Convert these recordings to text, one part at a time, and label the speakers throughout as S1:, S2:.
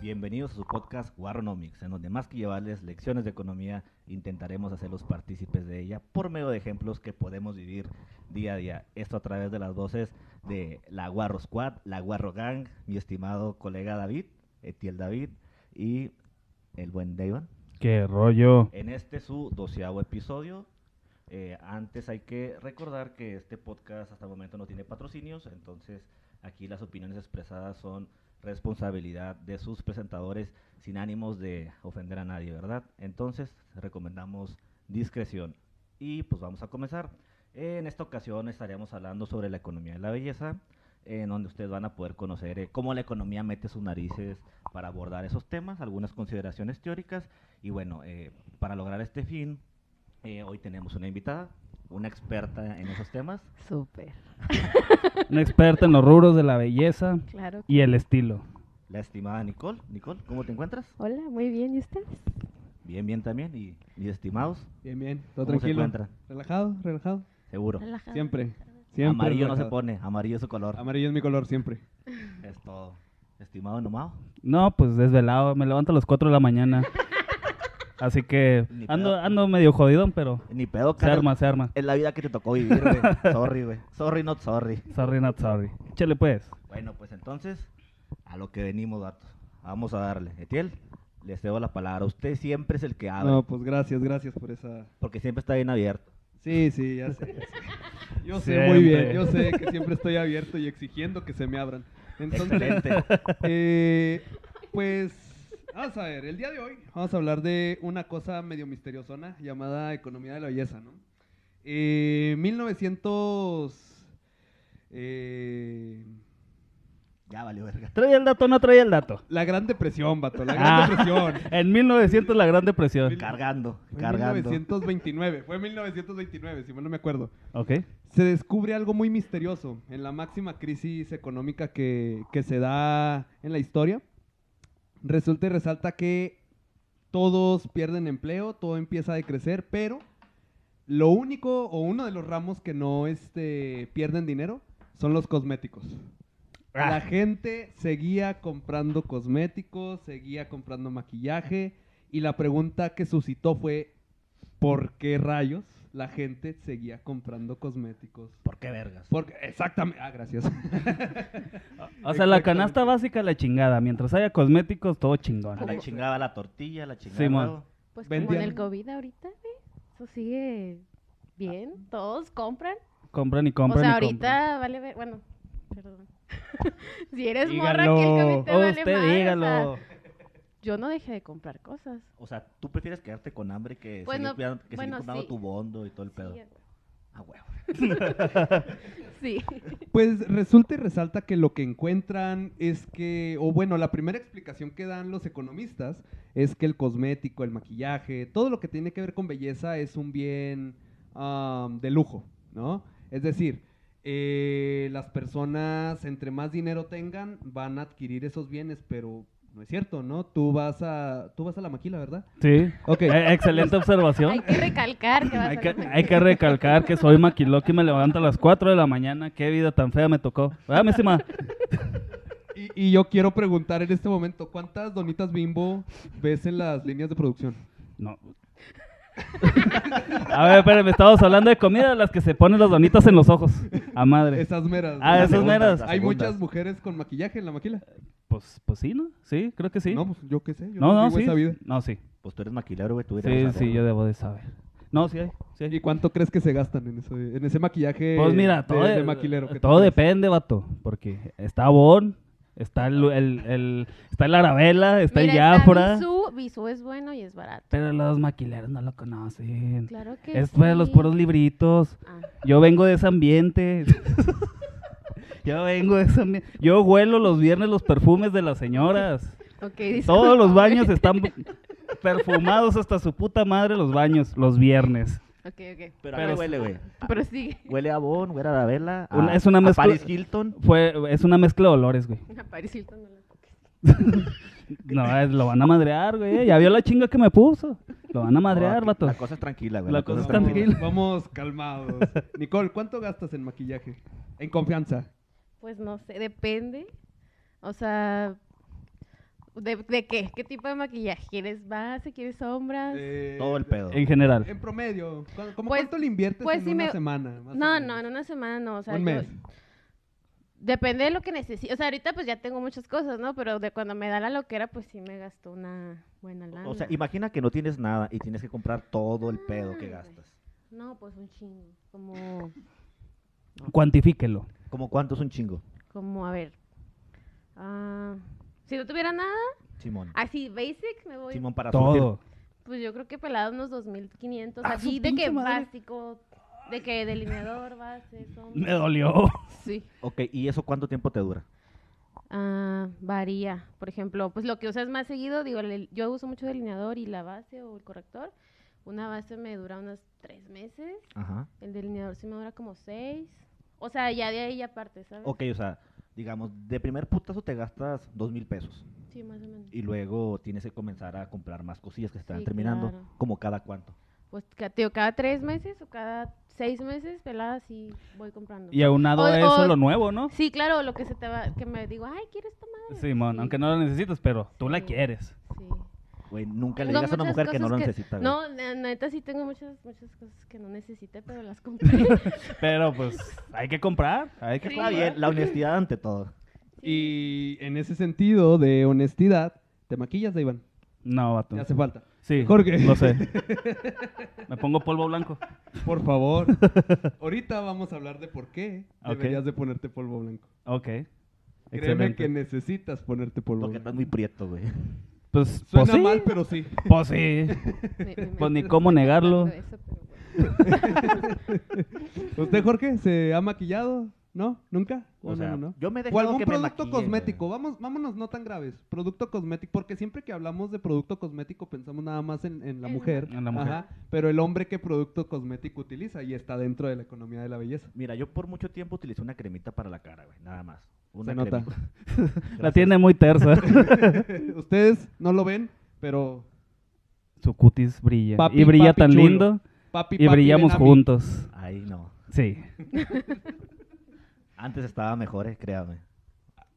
S1: Bienvenidos a su podcast Warronomics, en donde más que llevarles lecciones de economía, intentaremos hacerlos partícipes de ella por medio de ejemplos que podemos vivir día a día. Esto a través de las voces de la Guarro Squad, la Guarro Gang, mi estimado colega David, Etiel David y el buen David.
S2: Qué rollo.
S1: En este su doceavo episodio. eh, antes hay que recordar que este podcast hasta el momento no tiene patrocinios, entonces aquí las opiniones expresadas son responsabilidad de sus presentadores sin ánimos de ofender a nadie, ¿verdad? Entonces recomendamos discreción. Y pues vamos a comenzar. En esta ocasión estaríamos hablando sobre la economía de la belleza, en donde ustedes van a poder conocer eh, cómo la economía mete sus narices para abordar esos temas, algunas consideraciones teóricas. Y bueno, eh, para lograr este fin, eh, hoy tenemos una invitada, una experta en esos temas.
S3: Súper.
S2: Una experta en los rubros de la belleza
S3: Claro.
S2: y el estilo.
S1: La estimada Nicole. Nicole, ¿cómo te encuentras?
S3: Hola, muy bien. ¿Y ustedes?
S1: Bien, bien también. Y mis estimados,
S4: Bien, bien, todo
S1: ¿Cómo se
S4: tranquilo.
S1: encuentra?
S4: relajado, relajado.
S1: seguro.
S3: Relajada.
S4: Siempre. Siempre.
S1: amarillo no se
S4: relajado.
S1: pone, amarillo es su color.
S4: Amarillo es mi color siempre.
S1: es todo. Estimado Nomao,
S2: No, pues desvelado, me levanto a las 4 de la mañana. Así que
S1: Ni
S2: ando,
S1: pedo.
S2: ando medio jodidón, pero
S1: ni pedo,
S2: se
S1: cara.
S2: arma, se arma.
S1: Es la vida que te tocó vivir, güey. Sorry, güey. Sorry, not sorry.
S2: Sorry, not sorry. Échale pues.
S1: Bueno, pues entonces, a lo que venimos, datos. Vamos a darle. Etiel, les cedo la palabra. Usted siempre es el que habla,
S4: No, pues gracias, gracias por esa.
S1: porque siempre está bien abierto.
S4: Sí, sí, ya sé. ya sé. Yo sé muy bien,
S2: Siempre.
S4: yo sé que siempre estoy abierto y exigiendo que se me abran. Entonces,
S1: Excelente.
S4: eh, pues vamos a ver, el día de hoy vamos a hablar de una cosa medio misteriosona llamada economía de la belleza, ¿no? Eh, 1900 eh,
S1: ya valió verga.
S2: Traía el dato, no traía el dato.
S4: la Gran Depresión, vato, la Gran
S2: Ah.
S4: Depresión.
S2: En 1900 la Gran Depresión.
S1: Cargando,
S4: Fue
S1: cargando.
S4: 1929, fue 1929, si mal no me acuerdo.
S2: Ok.
S4: Se descubre algo muy misterioso en la máxima crisis económica que, que se da en la historia. Resulta y resalta que todos pierden empleo, todo empieza a decrecer, pero lo único o uno de los ramos que no este, pierden dinero son los cosméticos. La
S2: Ah,
S4: gente seguía comprando cosméticos, seguía comprando maquillaje y la pregunta que suscitó fue ¿por qué rayos la gente seguía comprando cosméticos?
S1: ¿Por qué vergas?
S4: Porque exactamente, ah, gracias.
S2: o sea, la
S4: Exactamente.
S2: canasta básica la chingada. Mientras haya cosméticos, todo chingón.
S1: A la chingada la tortilla, a la chingada.
S2: Simón.
S1: luego.
S3: Pues como en
S4: Vendían-
S3: el COVID ahorita, güey. Eso sigue bien. Todos compran.
S2: Compran y Ah. compran
S3: o sea,
S2: y
S3: ahorita
S2: compran.
S3: vale ver. Bueno, perdón. si eres morra, que el
S2: Dígalo. Oh,
S3: COVID te vale
S2: usted
S3: madre, o
S2: dígalo.
S3: sea, yo no dejé de comprar cosas.
S1: O sea, tú prefieres quedarte con hambre que
S3: Bueno,
S1: seguir, cuidando- que seguir
S3: bueno,
S1: comprando
S3: sí.
S1: tu bondo y todo el pedo.
S3: Sí,
S1: Ah, huevo.
S3: Sí.
S4: Pues resulta y resalta que lo que encuentran es que, o bueno, la primera explicación que dan los economistas es que el cosmético, el maquillaje, todo lo que tiene que ver con belleza es un bien am, de lujo, ¿no? Es decir, eh, las personas entre más dinero tengan van a adquirir esos bienes, pero no es cierto, ¿no? Tú vas a, tú vas a la maquila, ¿verdad?
S2: Sí.
S4: Ok.
S2: Eh, excelente observación.
S3: Hay que recalcar que vas
S2: Hay
S3: a
S2: que,
S3: los-
S2: hay que recalcar que soy maquiloqui, me levanto a las 4 de la mañana. Qué vida tan fea me tocó. ¿Verdad, mi estimada?
S4: Y, y yo quiero preguntar en este momento, ¿cuántas donitas bimbo ves en las líneas de producción?
S2: No. A ver, espérame, estábamos hablando de comida, las que se ponen las donitas en los ojos. A madre.
S4: Esas meras.
S2: Ah,
S4: ¿no?
S2: esas
S4: Las
S2: meras.
S1: las
S4: Hay
S1: segundas.
S4: muchas mujeres con maquillaje en la maquila.
S2: Pues, pues sí, ¿no? Sí, creo que sí.
S4: No,
S2: No,
S4: pues yo qué sé. Yo
S2: no,
S4: no, vivo
S2: sí.
S4: esa vida.
S2: No, sí.
S1: Pues tú eres maquilero, güey. Tú
S2: Sí,
S1: hubieras
S2: sí, yo debo de saber. No, sí hay. Sí hay.
S4: ¿Y cuánto crees que se gastan en, eso, en ese maquillaje
S2: Pues mira, todo,
S4: de,
S2: de-
S4: de maquilero? que te
S2: todo
S4: pones?
S2: depende, vato. Porque está Bon, está el, el, el- está el Arabella, está
S3: Mira,
S2: el Jafra.
S3: Bisú, Bisú es bueno y es barato.
S2: Pero los maquileros no lo conocen.
S3: Claro que
S2: Es para los
S3: sí.
S2: puros libritos.
S3: Ah,
S2: Yo vengo de ese ambiente. Yo vengo de ese ambiente. Yo huelo los viernes los perfumes de las señoras.
S3: ok, disculpa,
S2: Todos los
S3: güey.
S2: baños están perfumados hasta su puta madre los baños los viernes.
S3: Ok, ok.
S1: Pero,
S2: Pero-
S1: a qué huele, güey.
S3: Pero sigue.
S1: Huele a Bon, huele a Arabella. A,
S2: Una- es una
S1: a
S2: mezcla-
S1: Paris Hilton.
S2: Fue, es una mezcla de olores, güey.
S3: A Paris Hilton no la toques.
S2: No, eh, lo van a madrear, güey. Ya vio la chinga que me puso. Lo van a madrear,
S1: No,
S2: vato.
S1: La cosa es tranquila, güey.
S2: La cosa
S4: Vamos,
S2: es tranquila.
S4: Vamos calmados. Nicole, ¿cuánto gastas en maquillaje? En confianza.
S3: Pues no sé, depende. O sea, ¿De, de qué? ¿Qué tipo de maquillaje? ¿Quieres base? ¿Quieres sombras?
S4: Eh,
S1: Todo el pedo.
S2: En general.
S4: En promedio, ¿cu- ¿cómo
S3: Pues-
S4: cuánto le inviertes
S3: pues
S4: en
S3: sí
S4: una
S3: me-
S4: semana? más o
S3: no,
S4: menos?
S3: no, en una semana no. O sea,
S4: Un
S3: yo-
S4: mes.
S3: depende de lo que necesito. O sea, ahorita pues ya tengo muchas cosas, ¿no? Pero de cuando me da la loquera, pues sí me gastó una buena lana.
S1: O sea, imagina que no tienes nada y tienes que comprar todo el pedo que
S3: Ay,
S1: gastas.
S3: No, pues un chingo. Como,
S2: Cuantifíquelo.
S1: ¿Cómo cuánto es un chingo?
S3: como, a ver. ah, si no tuviera nada,
S1: Simón.
S3: así, basic, me voy.
S1: Simón para surtir.
S2: Todo.
S3: Pues yo creo que pelado unos 2.500.
S2: Ah,
S3: así
S2: su
S3: de que
S2: pinche madre.
S3: básico, de que delineador, base, sombra.
S2: Me dolió.
S3: Sí.
S1: Ok, ¿y eso cuánto tiempo te dura?
S3: Ah, varía. Por ejemplo, pues lo que usas más seguido, digo, el- yo uso mucho delineador y la base o el corrector. Una base me dura unos tres meses.
S1: Ajá.
S3: El delineador sí me dura como seis. O sea, ya de ahí aparte, ¿sabes?
S1: Ok, o sea, digamos, de primer putazo te gastas dos mil pesos
S3: Sí, más o menos.
S1: y luego tienes que comenzar a comprar más cosillas que están
S3: Sí,
S1: terminando,
S3: claro.
S1: como cada cuánto.
S3: Pues ca- te digo, cada tres meses o cada seis meses, pelada, sí voy comprando.
S2: Y aunado a
S3: O-
S2: eso
S3: o-
S2: lo nuevo, ¿no?
S3: Sí, claro, lo que se te va, que me digo, ay, quiero esta madre.
S2: Simón,
S3: Sí,
S2: aunque no lo necesites, pero tú la
S3: Sí.
S2: quieres.
S3: sí.
S1: Güey, nunca le
S3: Tengo
S1: digas a una
S3: muchas
S1: mujer que no
S3: cosas
S1: lo necesita. güey.
S3: No, la neta sí tengo muchas, muchas cosas que no necesité, pero las compré.
S2: Pero pues hay que comprar. Hay que
S3: Sí.
S1: Está
S2: comprar.
S1: bien, la honestidad ante todo.
S4: Y en ese sentido de honestidad, ¿te maquillas, Iván?
S2: No, vato.
S4: Te hace falta.
S2: Sí,
S4: Jorge.
S2: lo sé. Me pongo polvo blanco.
S4: Por favor. Ahorita vamos a hablar de por qué
S2: Ok.
S4: deberías de ponerte polvo blanco.
S2: Ok.
S4: Créeme
S2: Excelente.
S4: que necesitas ponerte polvo
S1: Porque estás
S4: blanco.
S1: muy prieto, güey.
S2: Pues,
S4: Suena
S2: pues sí.
S4: mal, pero sí.
S2: Pues sí.
S3: Me- me-
S2: Pues ni
S3: me-
S2: cómo
S3: me
S2: negarlo.
S3: acuerdo de eso, pero bueno.
S4: ¿Usted, Jorge, se ha maquillado? ¿No? ¿Nunca?
S1: O
S4: No,
S1: sea,
S4: no, no, no.
S1: yo me he
S4: O
S1: dejado
S4: algún
S1: que me
S4: producto
S1: maquillen, güey.
S4: cosmético. Vamos, vámonos no tan graves. Producto cosmético. Porque siempre que hablamos de producto cosmético pensamos nada más en, en la
S3: En-
S4: mujer.
S2: En la mujer.
S4: pero el hombre, ¿qué producto cosmético utiliza? Y está dentro de la economía de la belleza.
S1: Mira, yo por mucho tiempo utilicé una cremita para la cara, güey, nada más. Una
S4: Se nota.
S1: cremita.
S2: La
S1: Gracias.
S2: tiene muy tersa.
S4: Ustedes no lo ven, pero
S2: Su cutis brilla.
S4: Papi,
S2: y brilla
S4: papi
S2: tan
S4: chulo.
S2: lindo.
S4: papi,
S2: Y
S4: papi,
S2: brillamos
S4: ven a mí.
S2: juntos.
S1: Ahí no.
S2: Sí.
S1: Antes estaba mejor, eh, créame.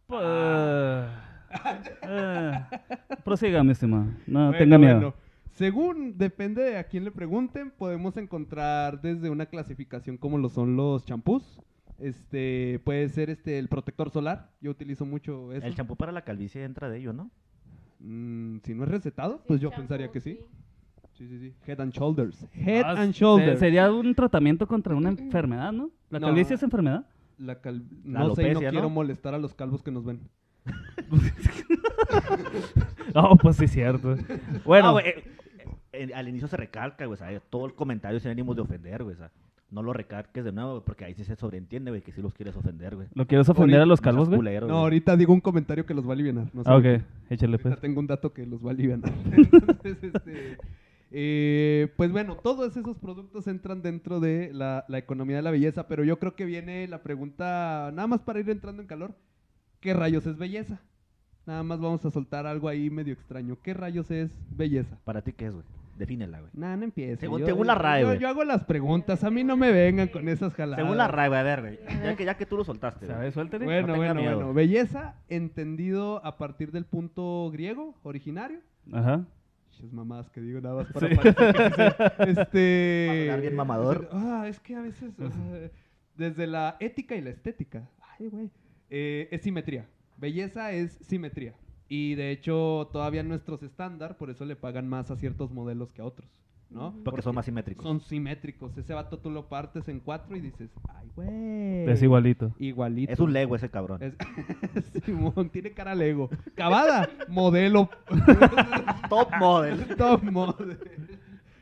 S2: Pues, Ah, prosiga, mi estimado. No,
S4: Bueno,
S2: tenga miedo.
S4: bueno. Según depende de a quién le pregunten, podemos encontrar desde una clasificación como lo son los champús. Este puede ser este el protector solar. Yo utilizo mucho eso.
S1: El champú para la calvicie entra de ello, ¿no?
S4: Mm, si no es recetado,
S3: Sí,
S4: pues yo
S3: champú,
S4: pensaría que sí. Sí, sí, sí. Head and shoulders. Head
S2: Ah,
S4: and
S2: se-
S4: shoulders.
S2: sería un tratamiento contra una enfermedad, ¿no? ¿La
S4: No.
S2: calvicie es enfermedad?
S4: La cal-
S1: La
S4: no sé, y no
S1: alopecia, ¿no?
S4: quiero molestar a los calvos que nos ven.
S2: Oh, pues sí, cierto. Bueno,
S1: Ah, güey, eh, eh, eh, al inicio se recalca, güey, ¿sabes? todo el comentario sin ánimos de ofender, güey, o sea, no lo recalques de nuevo, güey, porque ahí sí se sobreentiende, güey, que sí los quieres ofender, güey.
S2: ¿lo quieres ofender a los
S1: No seas
S2: calvos, güey?
S1: culero,
S4: No,
S1: güey.
S4: ahorita digo un comentario que los va a aliviar. No sé.
S2: Ah, ok, échale pues.
S4: Ahorita tengo un dato que los va a aliviar. Entonces, este, eh, pues bueno, todos esos productos entran dentro de la, la economía de la belleza, pero yo creo que viene la pregunta, nada más para ir entrando en calor, ¿qué rayos es belleza? Nada más vamos a soltar algo ahí medio extraño. ¿Qué rayos es belleza?
S1: Para ti, ¿qué es, güey? Defínela, güey.
S4: Nah, no empieces.
S1: Según-
S4: yo,
S1: según la RAE,
S4: yo-
S1: güey.
S4: yo hago las preguntas, a mí no me vengan con esas jaladas.
S1: Según la RAE, güey, a ver, güey, ya que, ya que tú lo soltaste, güey.
S2: ¿Sabes? Suéltale.
S4: Bueno,
S1: No tenga
S4: bueno,
S1: miedo.
S4: bueno. Belleza entendido a partir del punto griego originario.
S2: Ajá.
S4: Muchas mamás que digo nada más para
S2: Sí.
S4: parecer que sí sé. Este.
S1: Para hablar bien mamador.
S4: Ah, es que a veces. o sea, desde la ética y la estética. Ay, güey. eh, es simetría. Belleza es simetría. Y de hecho, todavía nuestros estándar, por eso le pagan más a ciertos modelos que a otros. ¿No?
S3: Ujú.
S1: Porque son más simétricos.
S4: Son simétricos. Ese vato tú lo partes en cuatro y dices, ay, güey.
S2: Es igualito.
S4: Igualito.
S1: Es un lego ese cabrón.
S4: Es- Simón, tiene cara Lego. Cavada, modelo.
S1: Top model.
S4: Top model.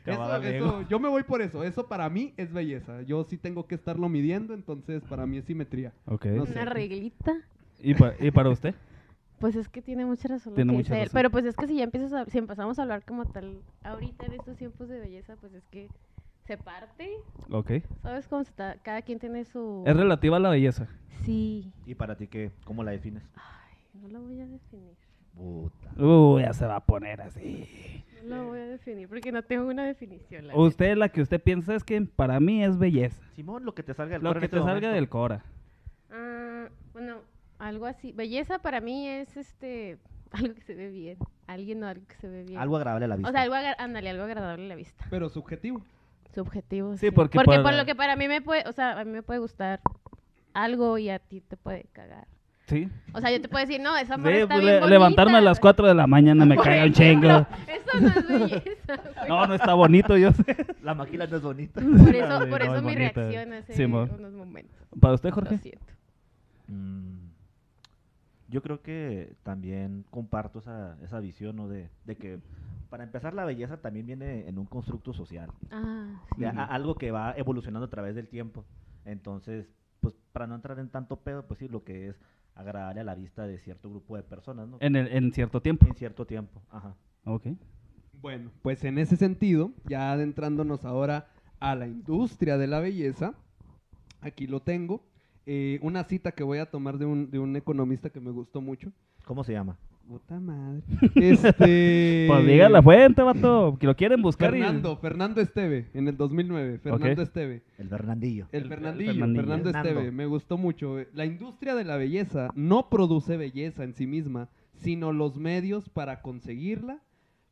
S2: Cavada
S4: Eso,
S2: Lego.
S4: eso, yo me voy por eso. Eso para mí es belleza. Yo sí tengo que estarlo midiendo, entonces para mí es simetría.
S2: Ok.
S4: No sé.
S3: Una reglita.
S2: ¿Y, pa- y para usted?
S3: Pues es que tiene mucha razón. lo
S2: Tiene
S3: que
S2: mucha
S3: dice él,
S2: razón.
S3: Pero pues es que si ya empiezas a, si empezamos a hablar como tal ahorita en estos tiempos de belleza, pues es que se parte.
S2: Ok.
S3: ¿Sabes cómo se está? Cada quien tiene su...
S2: Es relativa a la belleza.
S3: Sí.
S1: ¿Y para ti qué? ¿Cómo la defines?
S3: Ay, no lo voy a definir.
S1: Puta.
S2: Uh, ya se va a poner así.
S3: No lo voy a definir porque no tengo una definición. la neta.
S2: Usted la que usted piensa es que para mí es belleza.
S1: Simón, lo que te salga del
S2: Lo
S1: coro en
S2: que
S1: este
S2: te salga
S1: momento.
S2: del cora.
S3: Ah, bueno, algo así. Belleza para mí es este algo que se ve bien. Alguien o algo que se ve bien.
S1: Algo agradable a la vista.
S3: o sea, algo, agra- ándale, algo agradable a la vista.
S4: Pero subjetivo.
S3: Subjetivo.
S2: Sí, porque
S3: por
S2: para-
S3: lo que para mí me puede, o sea, a mí me puede gustar algo y a ti te puede cagar.
S2: Sí.
S3: O sea, yo te puedo decir, no, esa
S2: Sí,
S3: morra está
S2: pues,
S3: bien
S2: le- levantarme a
S3: bonita.
S2: las 4 de la mañana me
S3: Por
S2: caga un
S3: ejemplo,
S2: chingo.
S3: Eso no es belleza, güey.
S2: No, no está bonito, yo sé.
S1: La maquila no es bonita.
S3: Por eso,
S2: No, sí,
S3: por
S2: no,
S3: eso
S2: es
S3: mi
S2: bonita.
S3: reacción hace
S2: Simón.
S3: unos momentos.
S2: ¿Para usted,
S3: Lo
S2: Jorge?
S3: siento.
S1: Mm, Yo creo que también comparto esa, esa visión ¿no? de, de que, para empezar, la belleza también viene en un constructo social,
S3: Ah, sí.
S1: de a-
S2: Ujú.
S1: algo que va evolucionando a través del tiempo. Entonces, pues para no entrar en tanto pedo, pues sí, lo que es agradable a la vista de cierto grupo de personas, ¿no?
S2: En, el- en cierto tiempo.
S1: En cierto tiempo, ajá.
S2: Ok.
S4: Bueno, pues en ese sentido, ya adentrándonos ahora a la industria de la belleza, aquí lo tengo. eh, una cita que voy a tomar de un, de un economista que me gustó mucho.
S1: ¿Cómo se llama?
S4: Puta madre. Este.
S2: Pues diga la fuente, vato. Que lo quieren buscar. y-
S4: Fernando, Fernando Esteve, en el 2009. Fernando
S2: Ok.
S4: Esteve.
S1: El Bernardillo.
S4: El
S2: El
S4: Fernandillo,
S2: Fernandillo.
S4: Fernando
S1: Fernando.
S4: Esteve, me gustó mucho. La industria de la belleza no produce belleza en sí misma, sino los medios para conseguirla,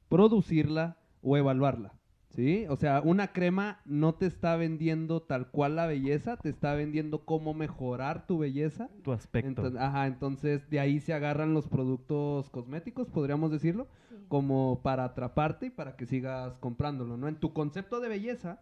S4: producirla o evaluarla. ¿Sí? O sea, una crema no te está vendiendo tal cual la belleza, te está vendiendo cómo mejorar tu belleza.
S2: Tu aspecto.
S4: Enton- ajá, entonces de ahí se agarran los productos cosméticos, podríamos decirlo,
S3: Sí.
S4: como para atraparte y para que sigas comprándolo, ¿no? En tu concepto de belleza,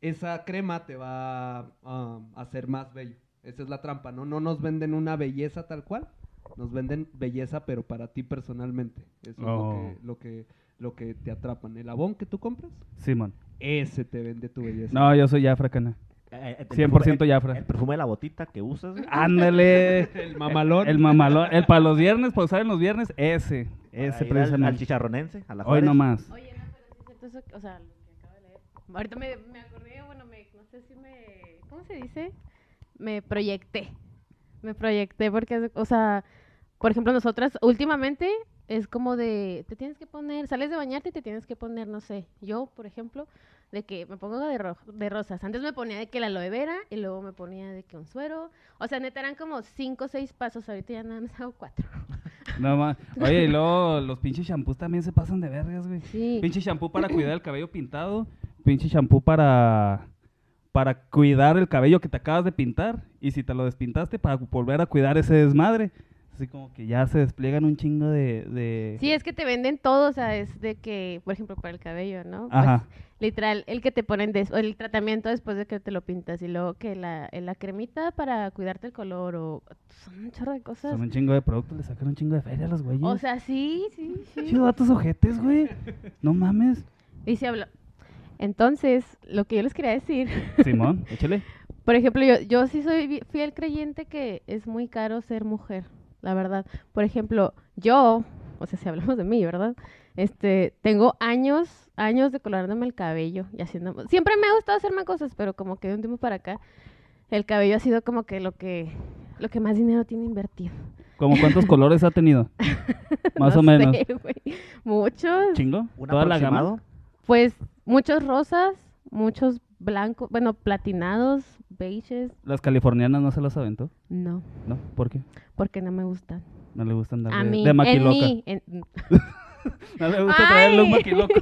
S4: esa crema te va um, a hacer más bello. Esa es la trampa, ¿no? No nos venden una belleza tal cual, nos venden belleza, pero para ti personalmente. Eso
S2: Oh.
S4: es lo que, lo que, lo que te atrapan. El abón que tú compras,
S1: ah,
S2: Simón.
S4: ese te vende tu belleza.
S2: No, yo soy yafracana.
S1: Eh, eh, el
S2: 100%
S1: perfume-
S2: Jafra.
S1: El perfume de la botita que usas.
S2: Ah,
S1: güey.
S2: Ándale.
S4: El mamalón.
S2: El mamalón. El para los viernes, para usar en los viernes, ese.
S1: Para
S2: Ese
S1: ir al, al
S2: precisamente.
S1: chicharronense, a la
S2: Hoy
S1: Juárez.
S2: nomás.
S3: Oye, no, pero sí es cierto eso, que- o sea, lo que acabo de leer. Ahorita me, me acordé, bueno, me, no sé si me, ¿cómo se dice? Me proyecté. Me proyecté porque, o sea, por ejemplo, nosotras últimamente es como de, te tienes que poner, sales de bañarte y te tienes que poner, no sé, yo, por ejemplo, de que me pongo de, rojo, de rosas. Antes me ponía de que la aloe vera y luego me ponía de que un suero. O sea, neta, eran como cinco o seis pasos. Ahorita ya nada más hago cuatro.
S2: No más. Oye, y luego los pinches shampoos también se pasan de vergas, güey.
S3: Sí.
S2: Pinche shampoo para cuidar el cabello pintado. Pinche shampoo para. Para cuidar el cabello que te acabas de pintar. Y si te lo despintaste, para volver a cuidar ese desmadre. Así como que ya se despliegan un chingo de. de-
S3: Sí, es que te venden todo, o sea, es de que, por ejemplo, para el cabello, ¿no? Pues,
S2: Ajá.
S3: literal, el que te ponen des- o el tratamiento después de que te lo pintas y luego que la, eh, la cremita para cuidarte el color o son un chorro de cosas.
S2: Son un chingo de productos, le sacan un chingo de feria a los güeyes.
S3: O sea, sí, sí, sí.
S2: Chido, vatos ojetes, güey. No mames.
S3: Y se habló. Entonces, lo que yo les quería decir,
S2: Simón, échale.
S3: por ejemplo, yo, yo sí soy bi- fiel creyente que es muy caro ser mujer, la verdad. Por ejemplo, yo, o sea, si hablamos de mí, ¿verdad? Este, tengo años, años de colorándome el cabello y haciendo... Siempre me ha gustado hacerme cosas, pero como que de un tiempo para acá, el cabello ha sido como que lo que, lo que más dinero tiene invertido.
S2: ¿Cómo cuántos colores ha tenido? Más
S3: No
S2: o menos.
S3: sé, güey. Muchos.
S2: Chingo.
S1: Un
S2: Toda la gama.
S1: aproximado.
S3: Pues muchos rosas, muchos blancos, bueno, platinados, beiges,
S2: Las californianas no se las aventó,
S3: no,
S2: ¿no? ¿Por qué?
S3: porque no me gustan.
S2: No le gusta andar
S3: A
S2: de,
S3: mí,
S2: de
S3: en
S2: maquiloca.
S3: mí, en-
S2: No le gusta traerle un
S3: ¡Ay!
S2: maquiloco.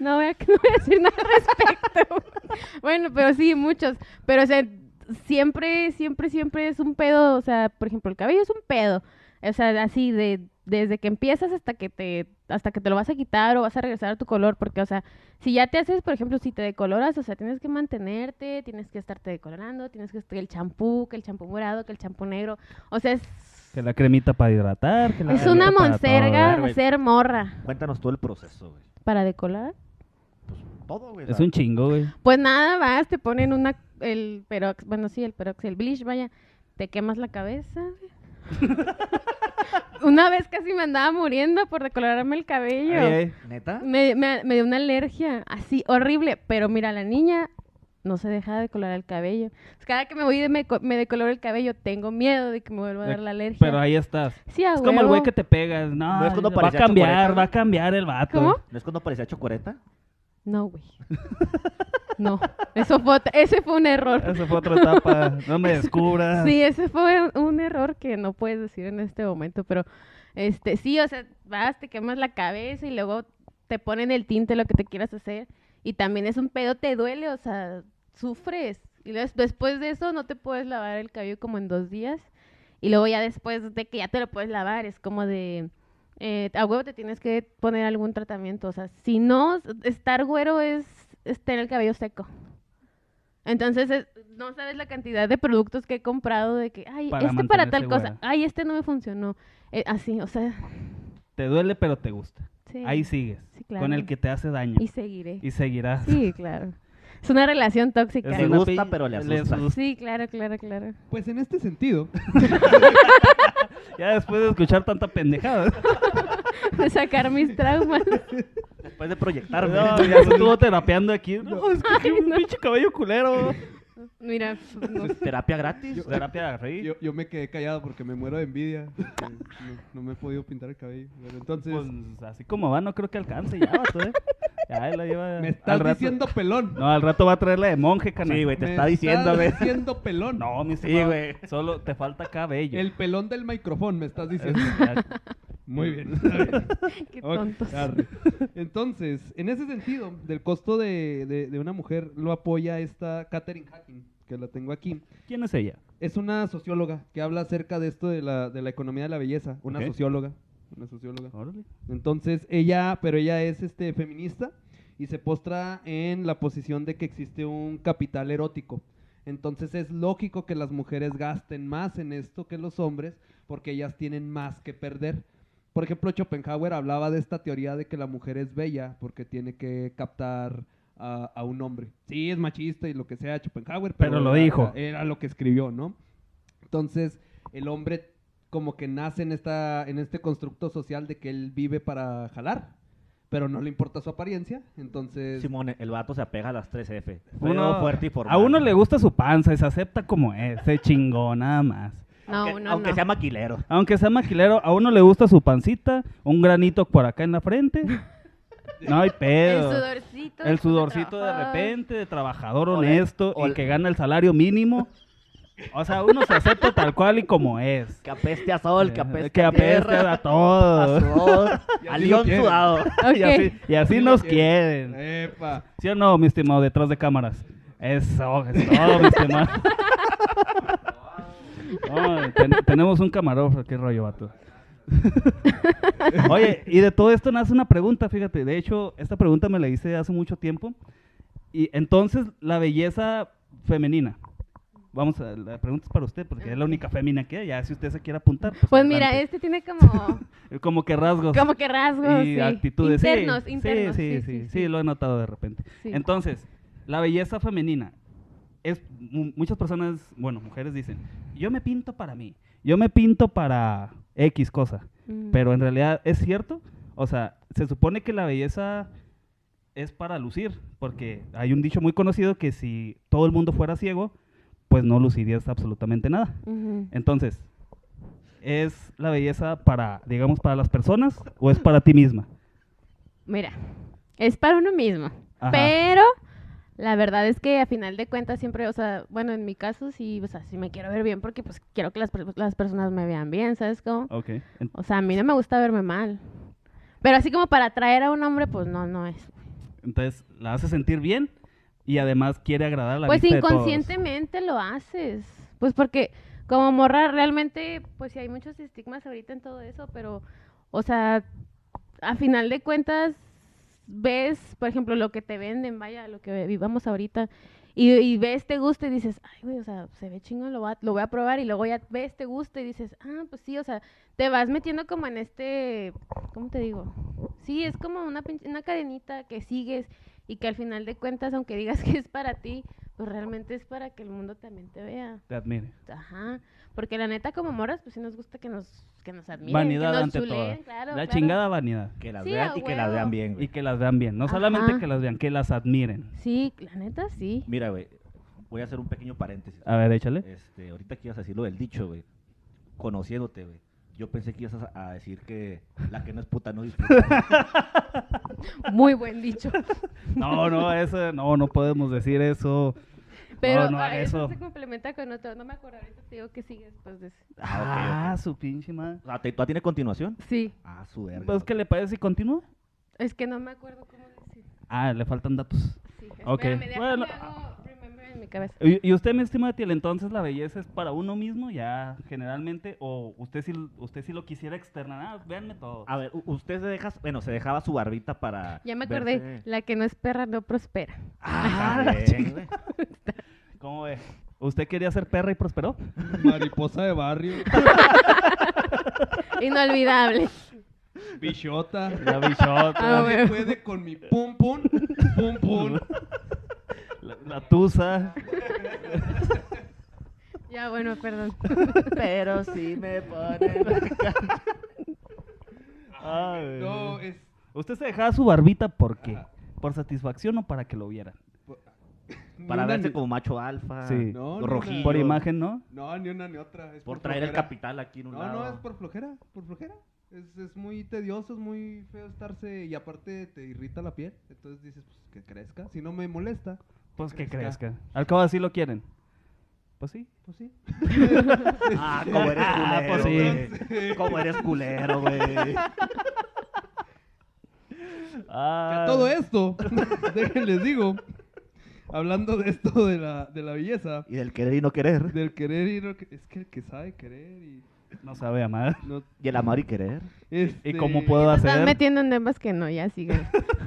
S3: No voy, a, no voy a decir nada al respecto. bueno, pero sí, muchos. Pero, o sea, siempre, siempre, siempre es un pedo. O sea, por ejemplo, el cabello es un pedo. O sea, así de desde que empiezas hasta que te hasta que te lo vas a quitar o vas a regresar a tu color porque o sea si ya te haces por ejemplo si te decoloras o sea tienes que mantenerte tienes que estarte decolorando tienes que que el champú que el champú morado que el champú negro o sea es,
S2: Que la cremita para hidratar. que la
S3: es una
S2: cremita para
S3: monserga
S1: todo, güey.
S3: ser morra
S1: Cuéntanos todo el proceso, güey.
S3: para decolorar
S1: Pues todo, güey.
S2: todo. Es
S1: la-
S2: un chingo, güey.
S3: Pues nada, vas, te ponen una, el perox, bueno, sí, el perox, el bleach, vaya, te quemas la cabeza. una vez casi me andaba muriendo por decolorarme el cabello.
S2: Ay, ay.
S1: ¿Neta?
S3: Me, me- me dio una alergia, así, horrible, pero mira, la niña no se deja de decolorar el cabello. Pues Cada que me voy y me, co- me decoloro el cabello, tengo miedo de que me vuelva a
S2: De-
S3: dar la alergia.
S2: Pero ahí estás.
S3: sí, a
S2: Es como el güey
S3: Ah, huevo.
S2: que te pegas. No,
S1: No es cuando
S2: va a
S1: parecía
S2: cambiar,
S1: chocolate.
S2: va a cambiar el vato.
S3: ¿Cómo?
S1: ¿No es cuando parecía chocoreta?
S3: No, güey. No, eso fue, ot- ese fue un error.
S2: Esa fue otra etapa. No me descubras.
S3: Sí, ese fue un error que no puedes decir en este momento, pero este sí, o sea, vas, te quemas la cabeza y luego te ponen el tinte lo que te quieras hacer y también es un pedo, te duele, o sea, sufres. Y luego des- después de eso no te puedes lavar el cabello como en dos días y luego ya después de que ya te lo puedes lavar es como de... eh, a huevo te tienes que poner algún tratamiento, o sea, si no, estar güero es es tener el cabello seco. Entonces, es- no sabes la cantidad de productos que he comprado de que, ay,
S2: Para
S3: este para tal
S2: mantenerse
S3: cosa,
S2: güera.
S3: ay, este no me funcionó. Eh, así, o sea,
S2: Te duele, pero te gusta.
S3: sí.
S2: Ahí sigues.
S3: Sí, claro.
S2: Con el que te hace daño.
S3: Y
S2: Y,
S3: seguiré.
S2: seguirás.
S3: Sí, claro. Es una relación tóxica.
S2: Es
S1: Le
S2: una
S1: gusta,
S2: pi-
S1: pero le
S2: le
S1: asusta.
S2: asusta.
S3: Sí, claro, claro, claro.
S4: Pues en este sentido,
S2: Ya después de escuchar tanta pendejada.
S3: De sacar mis traumas.
S1: Después de proyectarme.
S2: No, ya se estuvo terapeando aquí. No, es que
S3: Ay,
S2: un
S3: no.
S2: pinche cabello culero.
S3: Mira, pues, no.
S1: Terapia gratis.
S2: Terapia Rey.
S4: yo, yo me quedé callado porque me muero de envidia. porque No, no me he podido pintar el cabello. Pero entonces,
S2: Pues, así como va, no creo que alcance ya, vato, ¿eh? Ya, él la lleva.
S4: me
S2: al
S4: estás
S2: rato-
S4: diciendo pelón.
S2: No, al rato va a traer la de monje, carnal.
S1: Sí, güey, te
S4: Me
S1: está diciendo, güey.
S4: Estás diciendo pelón.
S2: No, mi
S1: Sí,
S2: estimado,
S1: güey.
S2: Solo te falta cabello.
S4: El pelón del micrófono, me estás
S2: Es-
S4: diciendo.
S2: ya-
S4: Muy bien. está bien.
S3: qué
S4: Ok,
S3: tontos.
S2: Ah,
S4: arre. Entonces, en ese sentido, del costo de, de- de una mujer lo apoya esta Katherine Hacking, que la tengo aquí.
S2: ¿Quién es ella?
S4: Es una socióloga que habla acerca de esto de la, de la economía de la belleza. Una
S2: Ok.
S4: socióloga. Una socióloga.
S2: Órale.
S4: Entonces, ella, pero ella es este feminista y se postra en la posición de que existe un capital erótico. Entonces es lógico que las mujeres gasten más en esto que los hombres porque ellas tienen más que perder. Por ejemplo, Schopenhauer hablaba de esta teoría de que la mujer es bella porque tiene que captar a, a un hombre. Sí, es machista y lo que sea Schopenhauer, pero,
S2: Pero lo
S4: era-
S2: dijo.
S4: Era lo que escribió, ¿no? Entonces, el hombre como que nace en, esta, en este constructo social de que él vive para jalar, pero no le importa su apariencia, entonces...
S1: Simón, el vato se apega a las 3F.
S2: Uno-
S1: Uno fuerte y formal.
S2: A uno le gusta su panza y se acepta como es. Se chingó, nada más.
S3: No,
S1: Aunque,
S3: no,
S1: aunque
S3: no.
S1: sea maquilero.
S2: Aunque sea maquilero, a uno le gusta su pancita, un granito por acá en la frente. No hay
S3: El
S2: pedo.
S3: sudorcito.
S2: El
S3: después
S2: sudorcito de
S3: trabajar.
S2: repente, de trabajador
S1: O de-
S2: honesto
S1: o
S2: y
S1: de-
S2: que gana el salario mínimo. O sea, uno se acepta tal cual y como es.
S1: Que apeste a sol, que apeste
S2: Que
S1: a
S2: apeste
S1: tierra,
S2: a todo.
S1: a sudor,
S4: Y
S1: a
S4: así lo
S1: león
S4: quieren.
S1: sudado.
S2: Y así,
S3: Ok.
S2: y así
S4: Así lo
S2: nos
S4: quieren.
S2: quieren.
S4: ¡Epa!
S2: ¿Sí o no, mi estimado, detrás de cámaras? Eso, es todo, mi estimado. No, ten- tenemos un camarógrafo, qué rollo, vato. Oye, y de todo esto nace una pregunta, fíjate. De hecho, esta pregunta me la hice hace mucho tiempo. Y entonces, la belleza femenina. Vamos, a, la pregunta es para usted, porque es la única fémina que hay. Ya, si usted se quiere apuntar.
S3: Pues mira,
S2: adelante.
S3: este tiene como,
S2: Como que rasgos.
S3: como que rasgos.
S2: y
S3: sí.
S2: actitudes. Sí,
S3: Internos,
S2: sí,
S3: internos.
S2: Sí sí, sí, lo he notado de repente.
S3: Sí.
S2: Entonces, la belleza femenina. Es, mu- muchas personas, bueno, mujeres dicen, yo me pinto para mí, yo me pinto para X cosa,
S3: Mm.
S2: pero en realidad es cierto, o sea, se supone que la belleza es para lucir, porque hay un dicho muy conocido que si todo el mundo fuera ciego, pues no lucirías absolutamente nada.
S3: Ujú.
S2: Entonces, ¿es la belleza para, digamos, para las personas o es para ti misma?
S3: Mira, es para uno mismo.
S2: Ajá.
S3: Pero la verdad es que a final de cuentas siempre, o sea, bueno, en mi caso sí, o sea, sí me quiero ver bien porque pues quiero que las, per- las personas me vean bien, ¿sabes cómo?
S2: Ok. En-
S3: O sea, a mí no me gusta verme mal. Pero así como para atraer a un hombre, pues no, no es.
S2: Entonces, la hace sentir bien y además quiere agradar a la
S3: Pues
S2: vista de todos.
S3: inconscientemente lo haces. Pues porque como morra realmente, pues sí hay muchos estigmas ahorita en todo eso, pero, o sea, a final de cuentas ves, por ejemplo, lo que te venden, vaya, lo que vivamos ahorita, y, y ves, te gusta y dices, ay, güey, o sea, se ve chingón, lo, voy a- lo voy a probar, y luego ya ves, te gusta y dices, ah, pues sí, o sea, te vas metiendo como en este, ¿cómo te digo? Sí, es como una, pinche- una cadenita que sigues y que al final de cuentas, aunque digas que es para ti, pues realmente es para que el mundo también te vea.
S2: Te admire.
S3: Ajá, porque la neta como moras, pues sí nos gusta que nos, que nos admiren,
S2: vanidad
S3: que nos
S2: ante
S3: chuleen,
S2: todo.
S3: claro,
S2: la
S3: claro.
S2: chingada vanidad.
S1: Que las
S3: Sí,
S1: vean
S3: a
S1: y que las
S3: huevo.
S1: vean bien,
S2: Y
S1: güey.
S2: que las vean bien. No solamente
S3: Ajá.
S2: que las vean, que las admiren.
S3: Sí, la neta sí.
S1: Mira, güey, voy a hacer
S2: Ah,
S1: un pequeño paréntesis.
S2: A ver, échale.
S1: Este, ahorita que ibas a decir lo del dicho, güey. Conociéndote, güey. Yo pensé que ibas a- a decir que la que no es puta no disfruta.
S3: Muy buen dicho.
S2: No, no, eso, no, no podemos decir eso.
S3: Pero
S2: no,
S3: ah, eso.
S2: eso.
S3: se complementa con otro. No me acuerdo, ahorita te digo que sigue después de eso.
S1: Ah, ok, ok.
S2: Ah, su pinche madre.
S1: Ah, ¿te- ¿Todavía tiene continuación?
S3: Sí,
S1: Ah, su verga.
S2: Pues, ¿qué le parece si continúa?
S3: es que no me acuerdo cómo decir.
S2: Ah, le faltan datos.
S3: Sí,
S2: Ok,
S3: espérame, déjame
S2: bueno.
S3: hago remember en mi cabeza.
S2: ¿Y y usted, mi estimado Tiel, entonces la belleza es para uno mismo ya generalmente? ¿O usted si, usted si lo quisiera externar? Ah, véanme todo.
S1: A ver, u- usted se deja, bueno, se dejaba su barbita para.
S3: Ya me acordé,
S1: verse-
S3: la que no es perra no prospera.
S1: Ah, la chingada.
S2: ¿Cómo ve? ¿Usted quería ser perra y prosperó?
S4: Mariposa de barrio.
S3: Inolvidable.
S4: Bichota.
S2: La bichota,
S3: Ah,
S4: Nadie
S3: bueno.
S4: puede con mi pum pum. Pum pum.
S2: la, la tusa.
S3: ya, bueno, perdón.
S1: Pero sí me ponen.
S2: Ay,
S4: No, es.
S2: Usted se dejaba su barbita, ¿por qué?
S4: Ajá.
S2: ¿Por satisfacción o para que lo vieran?
S4: ni
S1: Para
S4: una
S1: verse
S4: ni-
S1: como macho alfa.
S2: Sí.
S4: No,
S1: lo
S4: ni
S1: rojillo.
S2: Por imagen, ¿no?
S4: No, ni una ni otra. Es
S1: Por traer el
S4: flojera.
S1: capital aquí en un
S4: No,
S1: lado.
S4: no, es por flojera. Por flojera. Es, es muy tedioso, es muy feo estarse. Y aparte te irrita la piel. Entonces dices, pues que crezca. Si no me molesta,
S2: Pues que
S4: crezca.
S2: crezca. Al cabo así lo quieren. Pues sí.
S4: pues sí.
S1: Ah, como eres
S2: Ah,
S1: culero.
S2: pues sí.
S1: güey. Como eres culero, güey.
S4: Que
S2: Ah,
S4: a todo esto, déjenles digo, hablando de esto de la, de la belleza,
S1: Y del querer y no querer.
S4: del querer y no que- es que el que sabe querer y
S2: No sabe amar.
S4: no
S1: Y el amar y querer.
S4: este,
S2: ¿Y cómo puedo
S3: Están
S2: hacer?
S3: metiendo en temas que no, ya sigue.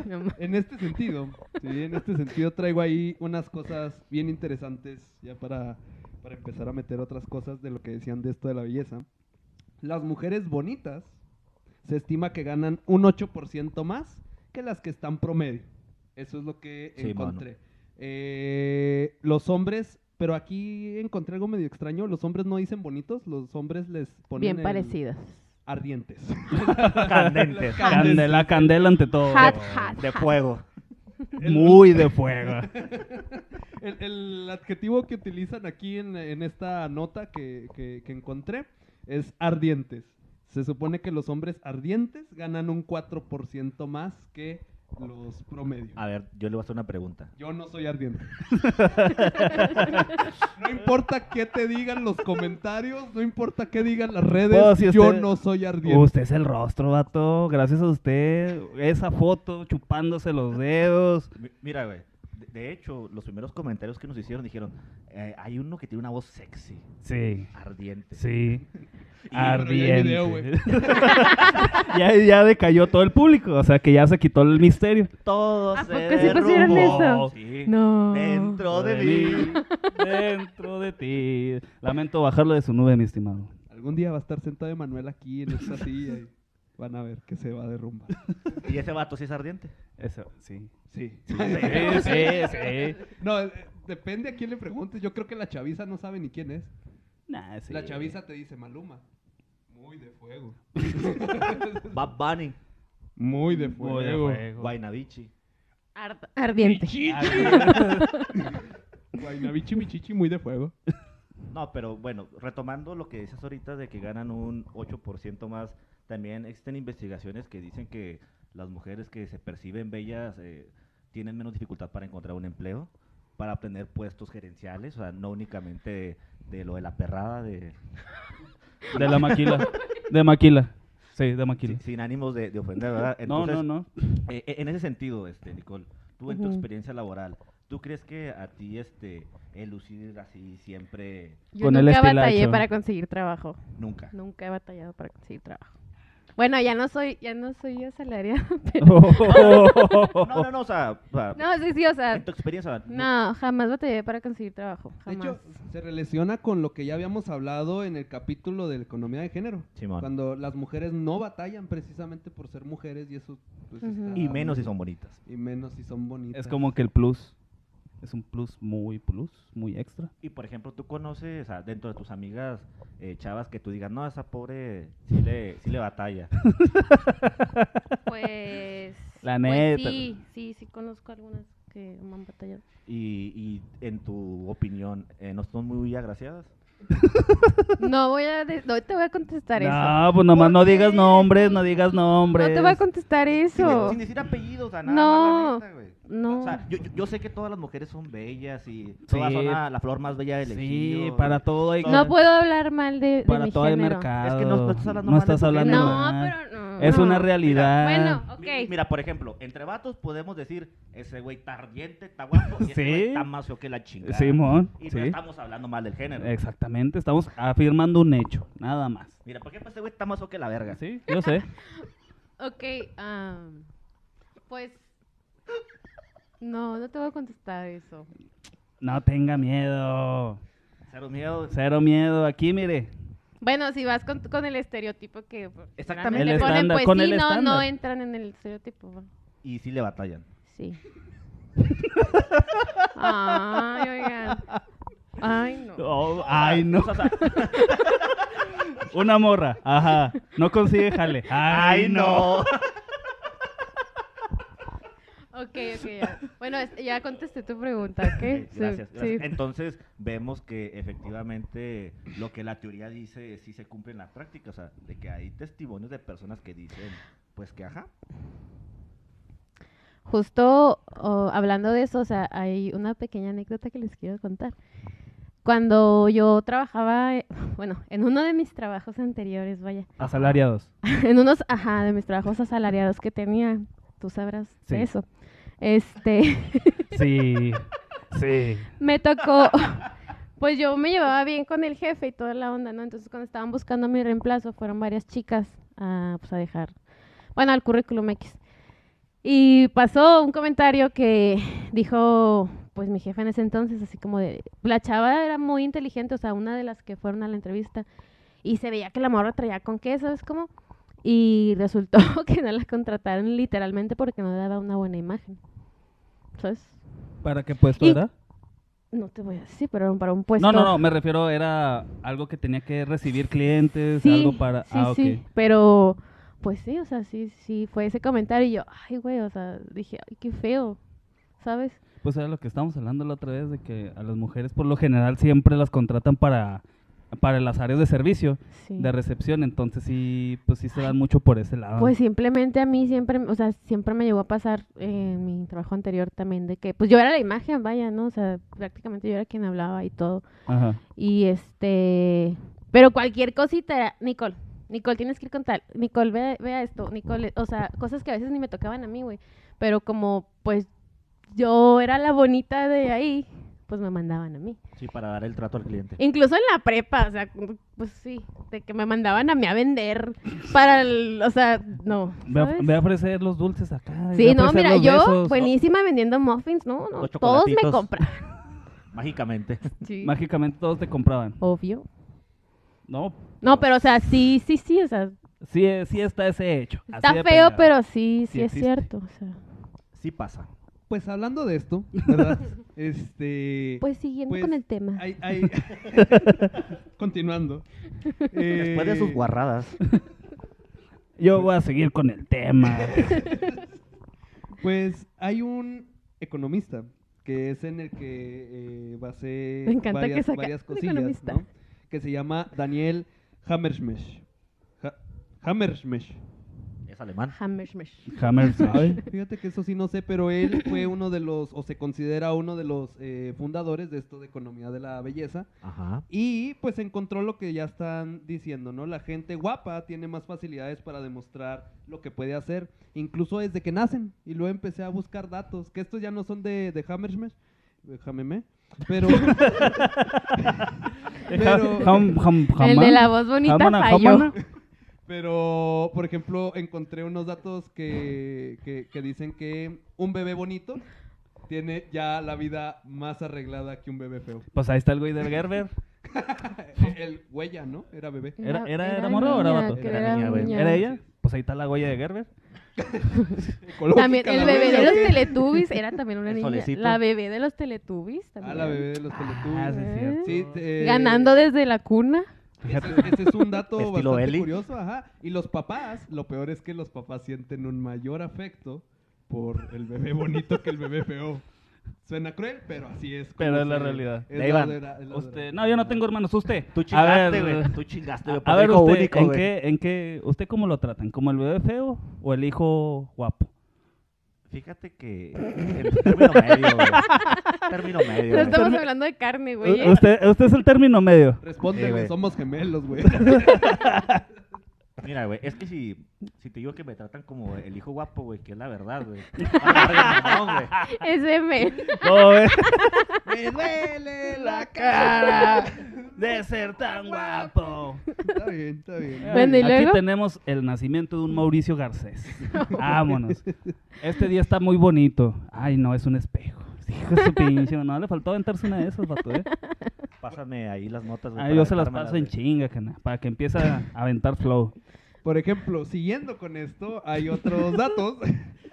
S3: No más.
S4: En este sentido, sí, en este sentido traigo ahí unas cosas bien interesantes ya para, para empezar a meter otras cosas de lo que decían de esto de la belleza. Las mujeres bonitas se estima que ganan un 8% más que las que están promedio. Eso es lo que
S1: Sí, mano.
S4: encontré. Eh, los hombres, pero aquí encontré algo medio extraño. Los hombres no dicen bonitos, los hombres les ponen
S3: Bien
S4: el
S3: parecidos.
S4: ardientes.
S1: Candente.
S2: Candela, Oh. candela ante todo.
S3: Hat, hat.
S1: De fuego.
S2: Muy de fuego.
S4: El, el adjetivo que utilizan aquí en, en esta nota que, que- que encontré es ardientes. Se supone que los hombres ardientes ganan un 4% más que los promedio.
S1: A ver, yo le voy a hacer una pregunta.
S4: Yo no soy ardiente. no importa qué te digan los comentarios, no importa qué digan las redes,
S2: Bueno, si
S4: yo
S2: usted-
S4: no soy ardiente.
S2: Usted es el rostro, vato. Gracias a usted. Esa foto chupándose los dedos.
S1: Mi- Mira, güey. De- De hecho, los primeros comentarios que nos hicieron dijeron, eh, hay uno que tiene una voz sexy,
S2: Sí.
S1: ardiente.
S2: Sí.
S4: pero ya hay video,
S2: Ardiente. ya, ya decayó todo el público. O sea que ya se quitó el misterio.
S1: Todo
S3: ¿A
S1: se
S3: poco sí pusieron
S1: derrumbó.
S3: eso?
S1: Sí.
S3: No.
S1: Dentro de mí.
S2: Dentro de ti. Lamento bajarlo de su nube, mi estimado.
S4: Algún día va a estar sentado Emanuel aquí en esta silla y van a ver que se va a derrumbar.
S1: Y ese vato sí es ardiente.
S2: Eso, sí.
S4: Sí.
S2: Sí, sí, sí.
S4: No, eh, depende a quién le preguntes. Yo creo que la chaviza no sabe ni quién es.
S2: Nah, sí.
S4: La chaviza te dice Maluma. Muy de fuego.
S1: Bad Bunny,
S4: Muy de fuego.
S2: Muy de fuego.
S1: Guaynabichi.
S3: Ard- ardiente.
S4: Guaynabichi Michichi, muy de fuego.
S1: No, pero bueno, retomando lo que dices ahorita de que ganan un 8% más, también existen investigaciones que dicen que las mujeres que se perciben bellas eh, tienen menos dificultad para encontrar un empleo, para obtener puestos gerenciales, o sea, no únicamente de, de lo de la perrada, de,
S2: De la maquila. De maquila. Sí, de maquila.
S1: sin, sin ánimos de, de ofender, ¿verdad?
S2: no,
S1: Entonces,
S2: no, no.
S1: eh, eh, en ese sentido, este, Nicole, tú en tu
S3: Ujú.
S1: experiencia laboral, ¿tú crees que a ti este, el lucir así siempre,
S3: Yo
S2: Con el
S3: nunca batallé
S2: estilacho.
S3: para conseguir trabajo.
S1: nunca?
S3: Nunca he batallado para conseguir trabajo. Bueno, ya no soy, ya no soy asalariada. pero-
S1: No, no, no, o sea, o sea,
S3: No, sí, sí, o sea,
S1: en tu experiencia, ¿no-
S3: no, jamás batallé para conseguir trabajo.
S4: De
S3: Jamás.
S4: hecho, se relaciona con lo que ya habíamos hablado en el capítulo de la economía de género.
S1: Simón.
S4: Cuando las mujeres no batallan precisamente por ser mujeres y eso. pues,
S3: Ujú.
S4: está-
S1: Y menos si son bonitas.
S4: Y menos si son bonitas.
S2: Es como que el plus. Es un plus muy plus, muy extra.
S1: Y por ejemplo, tú conoces a- dentro de tus amigas eh, chavas que tú digas, no, esa pobre sí le, sí le batalla.
S3: Pues.
S2: La
S3: pues
S2: neta.
S3: sí, sí, sí, conozco algunas que me han batallado.
S1: Y, y en tu opinión, eh, ¿no son muy agraciadas?
S3: No voy a. de- No te voy a contestar eso.
S2: No, pues nomás no
S3: ¿Por
S2: digas
S3: qué?
S2: nombres, no digas
S3: No
S2: nombres.
S3: te voy a contestar
S1: Sin, de-
S3: eso.
S1: sin decir apellidos, a nada.
S3: No.
S1: más la neta, güey.
S3: No.
S1: O sea, yo, yo- yo sé que todas las mujeres son bellas y todas
S2: Sí.
S1: son la, la flor más bella del
S2: Sí,
S1: ejido,
S2: para
S1: güey.
S2: todo hay
S3: No puedo hablar mal de, de
S2: para
S3: mi
S2: todo el
S3: género.
S2: mercado.
S1: Es que no- no estás hablando
S2: No
S1: mal de
S2: estás
S1: tu
S2: hablando
S1: género.
S3: No,
S2: mal.
S3: pero no.
S2: Es una
S3: no.
S2: realidad.
S3: Bueno,
S1: Mi-
S3: ok.
S1: Mira, por ejemplo, entre vatos podemos decir, ese güey está ardiente, está guapo, y ese
S2: Sí.
S1: güey está más feo que la chingada.
S2: Simón,
S1: y no
S2: sí.
S1: estamos hablando mal del género.
S2: Exactamente, estamos afirmando un hecho, nada más.
S1: Mira, por ejemplo, ese güey está más feo que la verga.
S2: Sí, yo sé.
S3: Ok, am, pues. No, no te voy a contestar eso.
S2: No tenga miedo.
S1: Cero miedo.
S2: Cero miedo. Aquí, mire.
S3: Bueno, si vas con, con el estereotipo que. pues,
S1: Exactamente. El
S3: generalmente ponen,
S2: estándar,
S3: pues
S2: con
S3: sí,
S2: el
S3: no, no
S2: estándar.
S3: entran en el estereotipo. va.
S1: Y sí le batallan.
S3: Sí. Ay, oigan. Ay, no.
S2: Oh, ay, no.
S1: O sea, o sea,
S2: Una morra. Ajá. No consigue jale. Ay, no.
S3: Ok, ok, ya. Bueno, es- ya contesté tu pregunta, ¿ok?
S1: Ok,
S3: Sí,
S1: Gracias,
S3: sí.
S1: gracias. Entonces, vemos que efectivamente lo que la teoría dice sí se cumple en la práctica. O sea, de que hay testimonios de personas que dicen, pues que ajá.
S3: Justo oh, hablando de eso, o sea, hay una pequeña anécdota que les quiero contar. Cuando yo trabajaba, eh, bueno, en uno de mis trabajos anteriores, vaya,
S2: Asalariados.
S3: en unos, ajá, de mis trabajos asalariados que tenía, tú sabrás
S2: Sí.
S3: de eso. Este,
S2: Sí. Sí.
S3: me tocó, pues yo me llevaba bien con el jefe y toda la onda, ¿no? Entonces cuando estaban buscando mi reemplazo fueron varias chicas a, pues, a dejar, bueno, al currículum X. Y pasó un comentario que dijo, pues mi jefe en ese entonces, así como de, la chava era muy inteligente, o sea, una de las que fueron a la entrevista, y se veía que la morra traía con qué, ¿sabes cómo? Y resultó que no la contrataron literalmente porque no daba una buena imagen. ¿Sabes?
S2: ¿Para qué
S1: pues,
S2: puesto
S3: Y-
S2: era?
S3: No te voy a decir, pero para un puesto.
S2: no, no, no. Me refiero, era algo que tenía que recibir clientes,
S3: Sí,
S2: algo para.
S3: sí,
S2: ah, ok.
S3: sí, pero pues sí, o sea, sí, sí, fue ese comentario y yo, ay, güey, o sea, dije, ay, qué feo, ¿sabes?
S2: Pues era lo que estábamos hablando la otra vez, de que a las mujeres por lo general siempre las contratan para, para las áreas de servicio,
S3: Sí.
S2: de ah. recepción, entonces sí, pues sí se dan mucho por ese lado.
S3: Pues simplemente a mí siempre, o sea, siempre me llegó a pasar eh, en mi trabajo anterior también de que, pues yo era la imagen, vaya, ¿no? O sea, prácticamente yo era quien hablaba y todo.
S2: Ajá.
S3: Y este, pero cualquier cosita era, Nicole, Nicole, tienes que ir con tal, Nicole, vea esto, Nicole, o sea, cosas que a veces ni me tocaban a mí, güey, pero como, pues, yo era la bonita de ahí, pues me mandaban a mí.
S1: Sí, para dar el trato al cliente.
S3: Incluso en la prepa, o sea, pues sí, de que me mandaban a mí a vender para el, o sea, no,
S2: Ve a,
S3: ¿sabes?
S2: ve a ofrecer los dulces acá. y ve
S3: Sí,
S2: a
S3: no,
S2: ofrecer
S3: mira,
S2: los
S3: yo
S2: besos.
S3: buenísima vendiendo muffins, no, no,
S1: Los
S3: todos me
S1: chocolatitos.
S3: compraban.
S1: Mágicamente.
S3: Sí,
S2: Mágicamente todos te compraban.
S3: obvio.
S2: No,
S3: No, pero o sea, sí, sí, sí, o sea,
S2: sí, eh, sí está ese hecho. así
S3: Está
S2: de
S3: feo,
S2: peleado.
S3: pero sí, sí,
S2: Sí
S3: es
S2: existe.
S3: cierto. o sea.
S1: Sí pasa.
S4: Pues hablando de esto, ¿verdad? este.
S3: Pues siguiendo
S4: Pues,
S3: con el tema.
S4: hay- hay- Continuando. Eh,
S1: Después de sus
S4: guardas
S1: guarradas.
S2: Yo voy a seguir con el tema.
S4: Pues hay un economista que es en el que eh, basé
S3: Me encanta que
S4: varias,
S3: saca
S4: varias
S3: un
S4: cosillas,
S3: economista.
S4: ¿no? que se llama Daniel Hammerschmesh. Ja- Hammerschmesh.
S1: Es alemán.
S3: Hammerschmish.
S2: Hammer
S4: Fíjate que eso sí no sé, pero él fue uno de los, o se considera uno de los eh, fundadores de esto de economía de la belleza.
S1: Ajá.
S4: Y pues encontró lo que ya están diciendo, ¿no? La gente guapa tiene más facilidades para demostrar lo que puede hacer, incluso desde que nacen. Y luego empecé a buscar datos, que estos ya no son de, de Hammerschmidt, de Hameme, pero... pero,
S2: Ham- ham-
S3: El de
S2: jamán.
S3: la voz bonita
S2: Jamana,
S3: falló.
S2: jamana.
S4: pero, por ejemplo, encontré unos datos que, que, que dicen que un bebé bonito tiene ya la vida más arreglada que un bebé feo.
S2: Pues ahí está el güey del Gerber.
S4: El huella, ¿no? Era bebé.
S2: ¿Era, era, era morra o era
S3: niña,
S2: vato?
S3: creo
S1: Era niña, güey.
S3: niña.
S2: ¿Era ella? Pues ahí está la huella de Gerber.
S3: También
S4: Ecológica
S3: el
S4: la
S3: bebé de
S4: huella,
S3: los
S4: ¿qué?
S3: teletubbies era también una
S1: El
S3: niña.
S1: solecito.
S3: La bebé de los teletubbies también.
S4: Ah, la bebé de los
S2: Ah, sí,
S4: Teletubbies.
S2: es cierto.
S4: Sí, te-
S3: Ganando desde la cuna.
S4: Ese, ese es un dato
S1: Estilo
S4: bastante
S1: Eli.
S4: curioso, ajá. Y los papás, lo peor es que los papás sienten un mayor afecto por el bebé bonito que el bebé feo. Suena cruel, pero así es.
S2: Pero
S4: como
S2: es la
S4: se-
S2: realidad.
S4: es
S5: Ya,
S4: la
S5: Iván,
S4: verdad- es la
S2: Usted,
S4: verdad.
S2: no, yo no tengo hermanos, usted.
S5: Tú
S2: a
S5: chingaste,
S2: ver,
S5: güey. Tú chingaste, güey.
S2: A
S5: por
S2: ver,
S5: hijo
S2: usted,
S5: único,
S2: ¿en,
S5: güey.
S2: qué, ¿en qué? ¿Usted cómo lo tratan? ¿Como el bebé feo o el hijo guapo?
S5: Fíjate que. el término medio, güey. Término medio.
S3: No
S5: güey.
S3: estamos hablando de carne, güey. ¿eh?
S2: U- usted, usted es el término medio.
S5: Sí,
S4: Respóndeme,
S5: güey.
S4: somos gemelos, güey.
S5: Mira, güey, es que si, si te digo que me tratan como el hijo guapo, güey, que es la verdad, güey. Ah, no, güey.
S3: Es M.
S2: ¿Cómo ve?
S4: Me duele la
S2: cara de ser tan guapo.
S4: Está bien, está bien.
S3: Bueno, y
S2: Aquí
S3: luego?
S2: tenemos el nacimiento de un Mauricio Garcés. Vámonos. Este día está muy bonito. Ay, no, es un espejo. Hijo de su pinche, no le faltó aventarse una de esas, vato, ¿eh?
S5: Pásame ahí las notas, güey.
S2: Ah,
S5: para
S2: yo se las
S5: aventármelas,
S2: paso en
S5: güey.
S2: chinga, cana, para que empiece a aventar flow.
S4: Por ejemplo, siguiendo con esto, hay otros datos.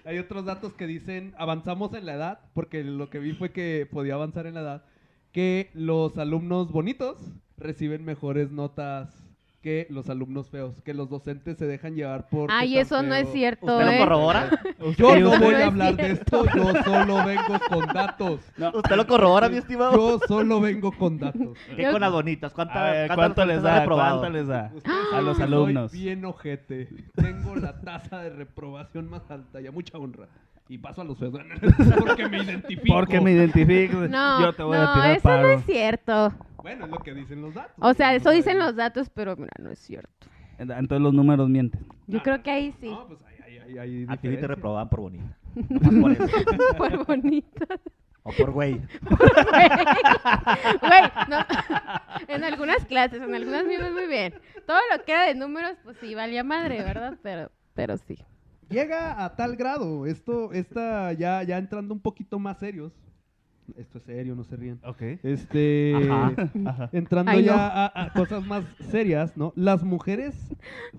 S4: hay otros datos que dicen avanzamos en la edad, porque lo que vi fue que podía avanzar en la edad, que los alumnos bonitos reciben mejores notas que los alumnos feos, que los docentes se dejan llevar por...
S3: Ay, eso no es cierto,
S5: ¿Usted lo
S3: ¿eh?
S5: corrobora?
S4: Yo
S2: Sí,
S4: no
S2: usted-
S4: voy
S3: no
S4: a
S3: es
S4: hablar de esto, yo solo vengo con datos.
S2: No.
S5: ¿Usted lo corrobora, mi estimado?
S4: Yo solo vengo con datos.
S5: ¿Qué con las bonitas? ¿Cuánta,
S2: A ver,
S5: cuántas
S2: ¿cuánto
S5: veces
S2: les
S5: ha
S2: da?
S5: reprobado?
S2: ¿Cuánto les da?
S4: Ustedes
S2: A
S4: saben
S2: los
S4: que soy
S2: alumnos.
S4: bien ojete. Tengo la tasa de reprobación más alta y a mucha honra. Y paso a los feos. Porque me identifico.
S2: Porque me identifico.
S3: No,
S2: yo te voy a
S3: no,
S2: tirar
S3: eso
S2: paro.
S3: no es cierto.
S4: Bueno, es lo que dicen los datos.
S3: O sea, eso
S4: No,
S3: dicen
S4: no,
S3: los datos, pero mira, no es cierto.
S2: Entonces los números mienten.
S3: Yo
S4: Ah,
S3: creo que ahí sí.
S4: No, pues ahí, ahí, ahí, ahí
S5: A ti sí te
S4: diferencia.
S5: reprobaban por bonita. Nomás por eso.
S3: Por bonito.
S5: O por güey.
S3: Güey, Güey, no. En algunas clases, en algunas mismas, muy bien. Todo lo que era de números, pues sí, valía madre, ¿verdad? Pero, pero sí.
S4: Llega a tal grado. Esto, esta, ya, ya entrando un poquito más serios. Esto es serio, no se ríen.
S2: Ok.
S4: Este.
S2: Ajá, ajá.
S4: Entrando
S3: Ay,
S4: ya
S3: no.
S4: a, a cosas más serias, ¿no? Las mujeres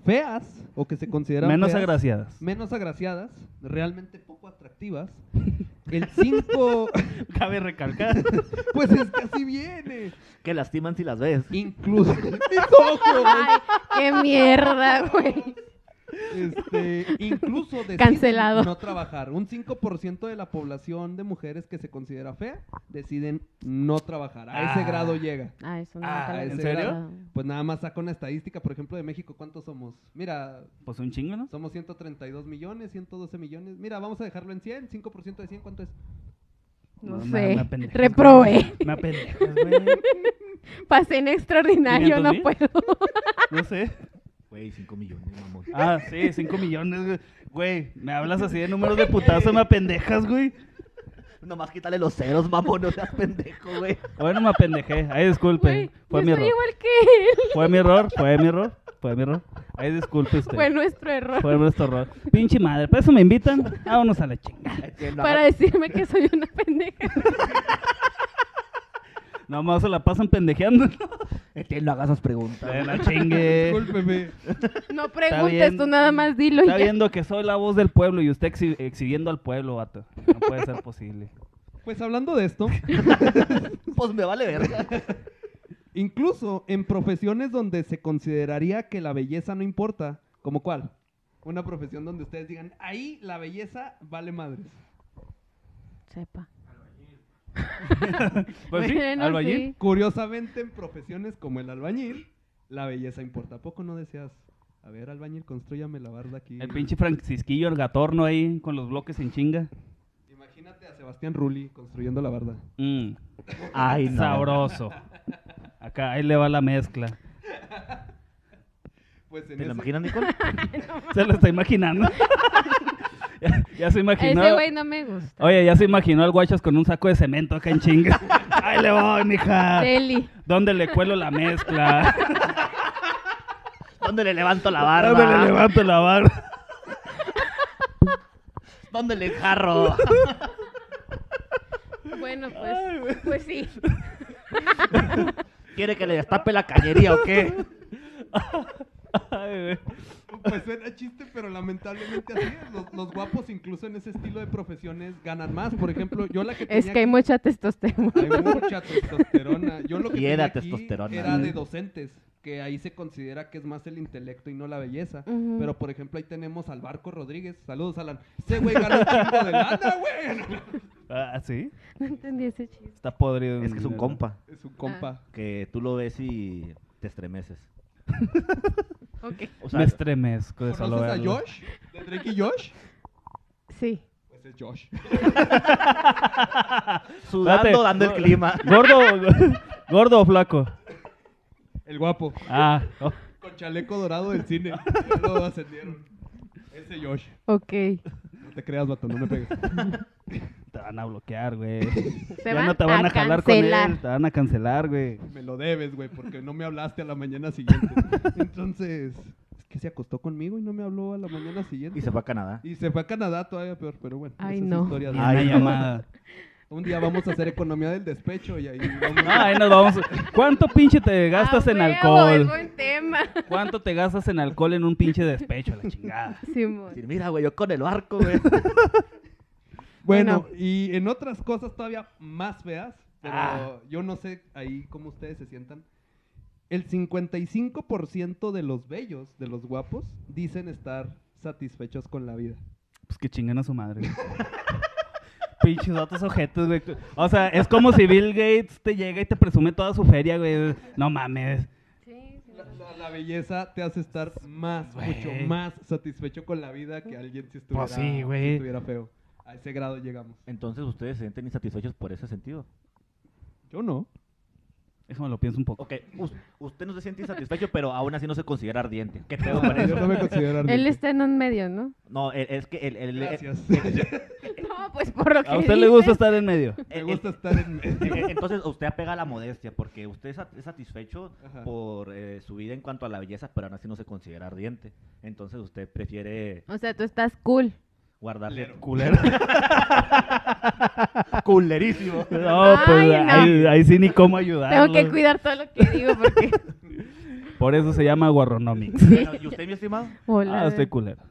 S4: feas o que se consideran
S2: Menos
S4: feas,
S2: agraciadas.
S4: menos agraciadas, realmente poco atractivas. El 5,
S2: Cabe recalcar.
S4: pues es que así viene.
S5: Que lastiman si las ves.
S4: Incluso mis ojos.
S3: Ay, qué mierda, güey.
S4: Este, incluso deciden
S3: Cancelado.
S4: no trabajar. Un 5% de la población de mujeres que se considera fea deciden no trabajar. A ese
S2: Ah.
S4: grado llega.
S3: Ay, eso no
S2: Ah,
S3: me
S4: ¿en
S3: parece
S4: serio?
S3: nada.
S4: Pues nada más saca una estadística, por ejemplo, de México, ¿cuántos somos? Mira,
S2: Pues un chingo, ¿no?
S4: Somos 132 millones, 112 millones. Mira, vamos a dejarlo en 100, 5% de 100, ¿cuánto es?
S3: No,
S2: me-
S3: sé.
S2: me apendejas,
S3: Reprobé.
S2: güey. Me apendejas, güey.
S3: Pasé en extraordinario, no
S2: 500,000.
S3: puedo.
S2: No sé.
S5: Güey, 5 millones, mamón.
S2: Ah, sí, 5 millones, güey. güey. Me hablas así de números de putazo, me apendejas, güey.
S5: Nomás quítale los ceros, mamón. No seas pendejo, güey.
S2: Bueno, me apendejé. Ay,
S3: Güey,
S2: disculpe. Fue
S3: yo
S2: mi
S3: soy
S2: error.
S3: igual que él.
S2: Fue mi error, fue mi error, fue mi error. Ay, disculpe usted.
S3: Fue nuestro error.
S2: Fue nuestro error. Pinche madre, para eso me invitan. Vámonos a la chinga.
S5: Es que no
S3: Para
S5: hagas-
S3: decirme que soy una pendeja.
S2: Nomás se la pasan pendejeando.
S5: es que no hagas esas preguntas.
S2: De la
S5: güey.
S2: chingue.
S4: Discúlpeme.
S3: No preguntes,
S2: bien.
S3: tú nada más dilo y
S2: Está
S3: ya.
S2: viendo que soy la voz del pueblo y usted exhi- exhibiendo al pueblo, vato. No puede ser posible.
S4: Pues hablando de esto,
S5: Pues me vale verga.
S4: incluso en profesiones donde se consideraría que la belleza no importa, ¿como cuál? Una profesión donde ustedes digan, ahí la belleza vale madres.
S3: Sepa.
S2: Pues sí,
S3: Bueno,
S2: albañil.
S4: Curiosamente, en profesiones como el albañil, la belleza importa. ¿A poco no deseas? A ver, albañil, construyame la barda aquí.
S2: El pinche Francisquillo, el gatorno ahí, con los bloques en chinga.
S4: Imagínate a Sebastián Rulli construyendo la barda.
S2: Mm,
S5: Ay, no.
S2: sabroso. Acá, ahí le va la mezcla.
S4: Pues en
S5: ¿Te lo
S4: ese-
S5: imaginas, Nicole?
S2: Se lo está imaginando. ya, ya se imaginó.
S3: Ese güey no me gusta.
S2: Oye, ya se imaginó al guachas con un saco de cemento acá en chinga. Ahí le voy, mija.
S3: Deli.
S2: ¿Dónde le cuelo la mezcla?
S5: ¿Dónde le levanto la
S2: ¿Dónde le
S5: barba?
S2: levanto la barba?
S5: ¿Dónde le enjarro?
S3: Bueno, pues, pues sí.
S5: ¿Quiere que le destape la cañería o qué?
S2: Ay, güey.
S4: Pues suena chiste, pero lamentablemente así es. Los, los guapos, incluso en ese estilo de profesiones, ganan más. Por ejemplo, yo la que tenía
S3: Es que hay
S4: aquí-
S3: mucha testosterona.
S4: hay mucha testosterona. Yo lo que
S5: Y era
S4: tenía aquí
S5: testosterona.
S4: era de docentes, que ahí se considera que es más el intelecto y no la belleza.
S3: Ujú.
S4: Pero, por ejemplo, ahí tenemos al Barco Rodríguez. Saludos, Alan. Ese güey gana un chingo de lana, güey.
S2: Ah, sí.
S3: No entendí ese chiste.
S2: Está podrido.
S1: Es que es un
S2: ¿verdad?
S1: compa,
S4: Es un compa.
S1: que tú lo ves y te estremeces.
S3: Ok.
S1: O
S2: Me
S1: sea,
S2: estremezco
S5: Pues,
S2: de solo
S4: ¿Conoces a
S2: verlo.
S4: Josh? ¿De Drake y Josh?
S3: Sí.
S4: Pues es Josh.
S1: sudando,
S2: Espérate.
S1: dando el clima.
S2: Gordo, gordo o flaco.
S4: El guapo.
S2: Ah, oh,
S4: Con chaleco dorado del cine. Ya lo ascendieron. Ese Josh.
S3: Ok.
S4: No te creas, vato, no me pegues.
S2: te van a bloquear, güey.
S3: Se
S2: Ya
S3: van
S2: no te van a, jalar
S3: cancelar.
S2: con él, te van a cancelar, güey.
S4: Me lo debes, güey, porque no me hablaste a la mañana siguiente. Entonces, es que se acostó conmigo y no me habló a la mañana siguiente.
S1: Y se va a Canadá.
S4: Y se fue a Canadá todavía peor, pero bueno.
S3: Ay,
S4: esa es
S3: no.
S4: historia de-
S2: Ay,
S1: Ay,
S2: llamada.
S4: Un día vamos a hacer economía del despecho y ahí vamos
S2: No, ahí nos vamos. ¿Cuánto pinche te gastas
S3: Ah,
S2: en
S3: huevo, Es
S2: alcohol?
S3: buen tema.
S2: ¿Cuánto te gastas en alcohol en un pinche despecho, a la chingada?
S3: Simón.
S1: Sí, Mira, güey, yo con el barco, güey.
S4: Bueno,
S3: Bueno.
S4: y en otras cosas todavía más feas, pero
S2: Ah.
S4: yo no sé ahí cómo ustedes se sientan. El 55% de los bellos, de los guapos, dicen estar satisfechos con la vida.
S2: Pues que chingan a su madre. güey. Pinches datos ojetes, güey. O sea, es como si Bill Gates te llega y te presume toda su feria, güey. No mames.
S3: Sí, sí.
S4: La, la- la belleza te hace estar más,
S2: Güey.
S4: mucho más satisfecho con la vida que alguien si estuviera,
S2: Pues sí,
S4: si
S2: güey.
S4: estuviera feo. A ese grado llegamos.
S1: Entonces ustedes se sienten insatisfechos por ese sentido.
S4: Yo no.
S2: Déjame lo pienso un poco.
S1: Ok, us- usted no se siente insatisfecho, pero aún así no se considera ardiente. ¿Qué pedo con
S4: Ah,
S1: eso?
S4: yo no me considero
S3: Él
S4: ardiente.
S3: está en un medio, ¿no?
S1: No, e- es que el, el- el-
S4: Gracias.
S3: No, pues por lo que
S2: ¿A usted le
S3: dices,
S2: gusta estar en medio?
S4: me gusta estar en medio.
S1: Eh, Entonces usted apega a la modestia porque usted es sat- es satisfecho
S4: Ajá.
S1: por eh, su vida en cuanto a la belleza, pero aún así no se considera ardiente. Entonces usted prefiere
S3: O sea, tú estás cool.
S1: guardarle
S2: Culero.
S1: culerísimo.
S2: No, pues
S3: Ay, no.
S2: Ahí, ahí sí ni cómo ayudar.
S3: Tengo que cuidar todo lo que digo porque...
S2: Ah, Por eso se llama Warronomics.
S1: Bueno, ¿Y usted, mi estimado?
S3: Hola.
S2: Ah, estoy culero.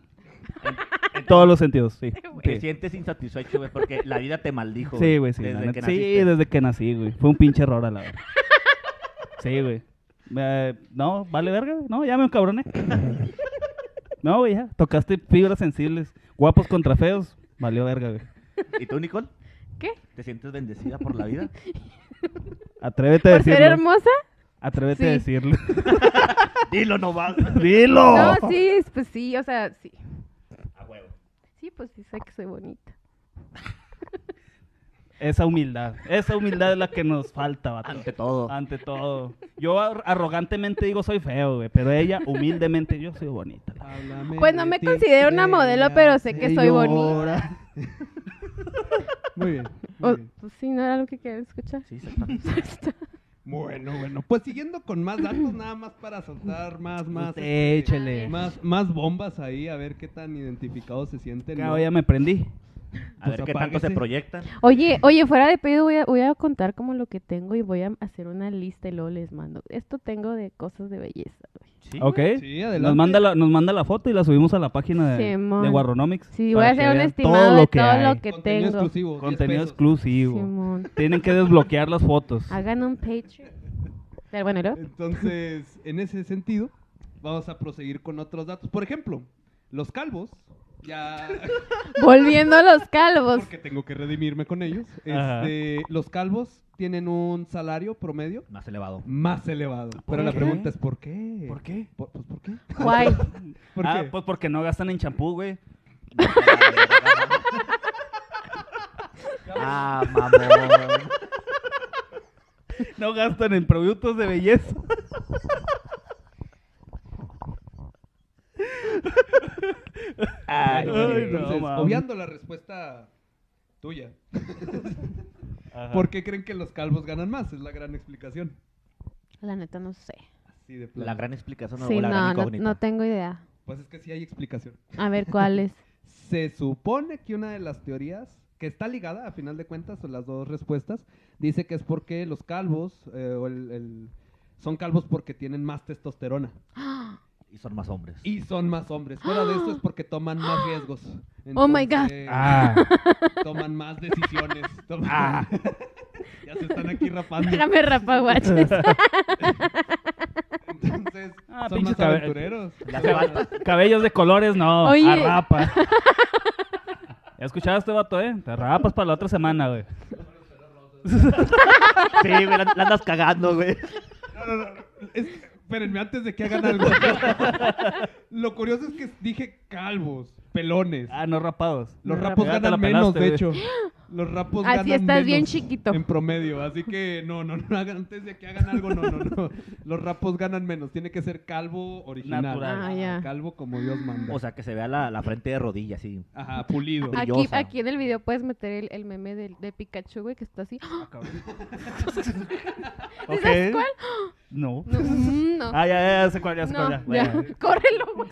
S2: En todos los sentidos, sí.
S1: Te
S2: Sí.
S1: sientes insatisfecho, güey, porque la vida te maldijo.
S2: Sí, güey, sí. la
S1: Desde que
S2: neta. sí,
S1: naciste.
S2: desde que nací, güey. Fue un pinche error a la verdad. Sí, güey. Eh, no, vale verga, güey. No, ya me cabroné. No, güey, ya. Tocaste fibras sensibles. Guapos contra feos. Valió verga, güey.
S1: ¿Y tú, Nicole?
S3: ¿Qué?
S1: ¿Te sientes bendecida por la vida?
S2: Atrévete a
S3: ¿Por ser
S2: decirlo.
S3: hermosa?
S2: Atrévete a
S3: Sí.
S2: decirlo.
S1: Dilo nomás.
S2: ¡Dilo!
S3: No, sí, es- pues sí, o sea, sí.
S1: A huevo.
S3: Sí, pues sí, sé que soy bonita.
S2: Esa humildad. Esa humildad es la que nos falta, vato.
S1: Ante todo.
S2: Ante todo. Yo ar- arrogantemente digo soy feo, güey. Pero ella, humildemente, yo soy bonita. la-
S4: Háblame
S3: Pues no
S4: de
S3: me
S4: ti,
S3: considero una modelo,
S4: bella
S3: pero
S2: Eh,
S3: sé que soy bonita.
S4: señora. Muy bien. muy
S3: O-
S4: bien.
S3: pues sí, no era lo que querían escuchar.
S1: Sí, exactamente.
S4: Bueno, bueno. Pues siguiendo con más datos, nada más para soltar más, más.
S2: Usted,
S4: este,
S2: échele.
S4: Más, más bombas ahí, a ver qué tan identificados se sienten.
S2: Cabo,
S4: ¿no?
S2: ya me prendí.
S1: A ver
S4: Pues
S1: qué tanto se
S4: apáguese.
S1: proyectan.
S3: Oye, oye, fuera de pedo voy a, voy a contar como lo que tengo y voy a hacer una lista y luego les mando. Esto tengo de cosas de belleza. güey.
S1: Sí.
S2: Ok.
S4: Sí, adelante.
S2: Nos manda, la, nos manda la foto y la subimos a la página de,
S3: Simón.
S2: de Warronomics.
S3: Sí, voy
S2: para
S3: a
S2: que
S3: hacer un
S2: vean
S3: estimado de todo
S2: hay.
S3: lo que
S4: Contenido
S3: tengo.
S4: exclusivo. 10
S2: Contenido
S4: pesos.
S2: exclusivo.
S3: Simón.
S2: Tienen que desbloquear las fotos.
S3: Hagan un Patreon. Pero bueno, ¿y luego?
S4: Entonces, en ese sentido, vamos a proseguir con otros datos. Por ejemplo, los calvos. Ya,
S3: volviendo a los calvos.
S4: porque tengo que redimirme con ellos.
S2: Ajá.
S4: Este, los calvos tienen un salario promedio
S1: Más elevado.
S4: más elevado. Pero la
S2: qué?
S4: pregunta es: ¿por qué?
S2: ¿Por qué?
S4: Por- pues, ¿por qué?
S3: Guay.
S4: ¿Por
S2: ah,
S4: qué?
S2: pues porque no gastan en champú, güey.
S1: ah, mamón.
S2: No gastan en productos de belleza.
S1: Ay,
S2: güey.
S1: güey.
S4: Entonces,
S2: no, mami.
S4: obviando la respuesta tuya.
S2: Ajá.
S4: ¿Por qué creen que los calvos ganan más? Es la gran explicación.
S3: La neta no sé.
S4: Así de plano.
S1: La gran explicación
S3: Sí,
S1: o la gran
S3: no, no,
S1: incógnita.
S3: no tengo idea.
S4: Pues es que sí hay explicación.
S3: A ver cuáles.
S4: Se supone que una de las teorías que está ligada, a final de cuentas, son las dos respuestas, dice que es porque los calvos eh, o el- el- son calvos porque tienen más testosterona
S1: Y son más hombres.
S4: y son más hombres. Fuera de eso es porque toman más riesgos.
S3: Oh my God.
S4: Entonces,
S2: Ah,
S4: Toman más decisiones. toman-
S2: Ah.
S4: ya se están aquí rapando.
S3: Déjame rapaguaches.
S4: Entonces,
S2: Ah,
S4: son
S2: pinches
S4: más
S2: cabe-
S4: aventureros.
S1: Le hace falta.
S2: cabellos de colores, no.
S3: Oye.
S2: Arrapa. Ya escuchaste, vato, ¿eh? Te rapas para la otra semana, güey.
S1: Sí, güey, la, la andas cagando, güey.
S4: No, no, no. Es- espérenme, antes de que hagan algo. Lo curioso es que dije calvos, pelones.
S2: Ah, no rapados.
S4: Los
S3: no,
S4: rapos
S2: ya te la
S4: ganan menos,
S2: pelaste,
S4: de
S2: güey.
S4: hecho. Los rapos ganan
S3: Así estás bien
S4: menos
S3: chiquito.
S4: En promedio, así que no, no, no, hagan- antes de que hagan algo, no, no, no. Los rapos ganan menos, tiene que ser calvo original.
S2: Natural.
S3: Ah, ya.
S4: Calvo como Dios manda.
S1: O sea, que se vea la, la frente de rodilla, así.
S4: Ajá, pulido.
S1: Ah,
S3: Aquí,
S1: brillosa.
S3: aquí en el video puedes meter el, el meme del- de, Pikachu, güey, que está así.
S1: Ok.
S3: ¿Sabes cuál?
S2: No.
S3: No, mm, no.
S2: Ah, ya, ya, ya sé cuál, ya sé
S3: No,
S2: cuál, ya.
S3: ya.
S1: Bueno.
S3: Córrelo, güey.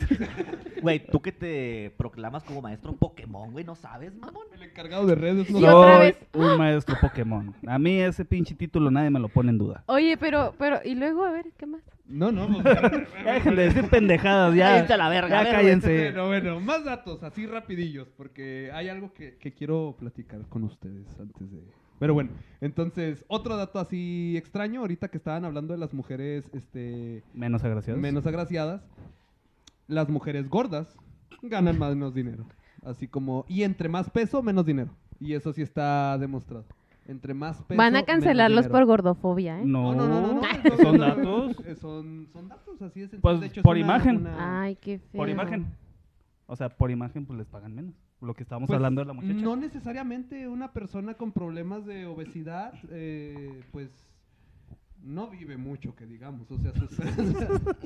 S1: Güey, tú que te proclamas como maestro Pokémon, güey, ¿no sabes, mamón?
S4: El encargado de redes no
S3: Y otra
S2: Soy
S3: vez.
S2: un maestro Pokémon. A mí ese pinche título nadie me lo pone en duda.
S3: Oye, pero, pero, y luego, a ver, ¿qué más?
S4: No, no. pues, espérate,
S2: Ya Dejen de decir pendejadas, ya.
S1: Cállense a la verga, a
S2: Ya
S1: ver,
S2: cállense.
S4: Bueno, bueno, más datos, así rapidillos, porque hay algo que, que quiero platicar con ustedes antes de... Pero bueno, entonces, otro dato así extraño, ahorita que estaban hablando de las mujeres este,
S2: Menos agraciados.
S4: menos agraciadas, las mujeres gordas ganan más menos dinero. Así como, y entre más peso, menos dinero. Y eso sí está demostrado. Entre más peso.
S3: Van a
S4: menos
S3: cancelarlos
S4: dinero.
S3: por gordofobia, ¿eh?
S2: No.
S4: No, no, no, no, no,
S2: Pues Son datos.
S4: eh, Son, son datos, así es.
S2: Pues,
S4: de hecho, es
S2: por
S4: una-
S2: imagen.
S4: una-
S3: Ay, qué feo.
S2: Por imagen. O sea, por imagen, pues les pagan menos. Lo que estábamos
S4: Pues,
S2: hablando de la muchacha.
S4: No necesariamente una persona con problemas de obesidad, eh, pues no vive mucho, que digamos. O sea, su,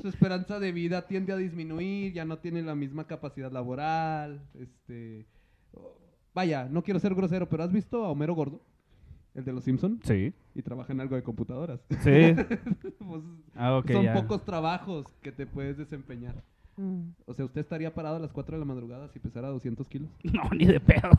S4: su esperanza de vida tiende a disminuir, ya no tiene la misma capacidad laboral. Este, o- vaya, no quiero ser grosero, pero ¿has visto a Homero Gordo? El de los Simpson
S2: Sí.
S4: y trabaja en algo de computadoras.
S2: Sí.
S4: Pues,
S2: Ah, ok,
S4: son
S2: ya.
S4: pocos trabajos que te puedes desempeñar.
S3: Mm.
S4: O sea, usted estaría parado a las 4 de la madrugada si pesara 200 kilos.
S2: No, ni de pedo.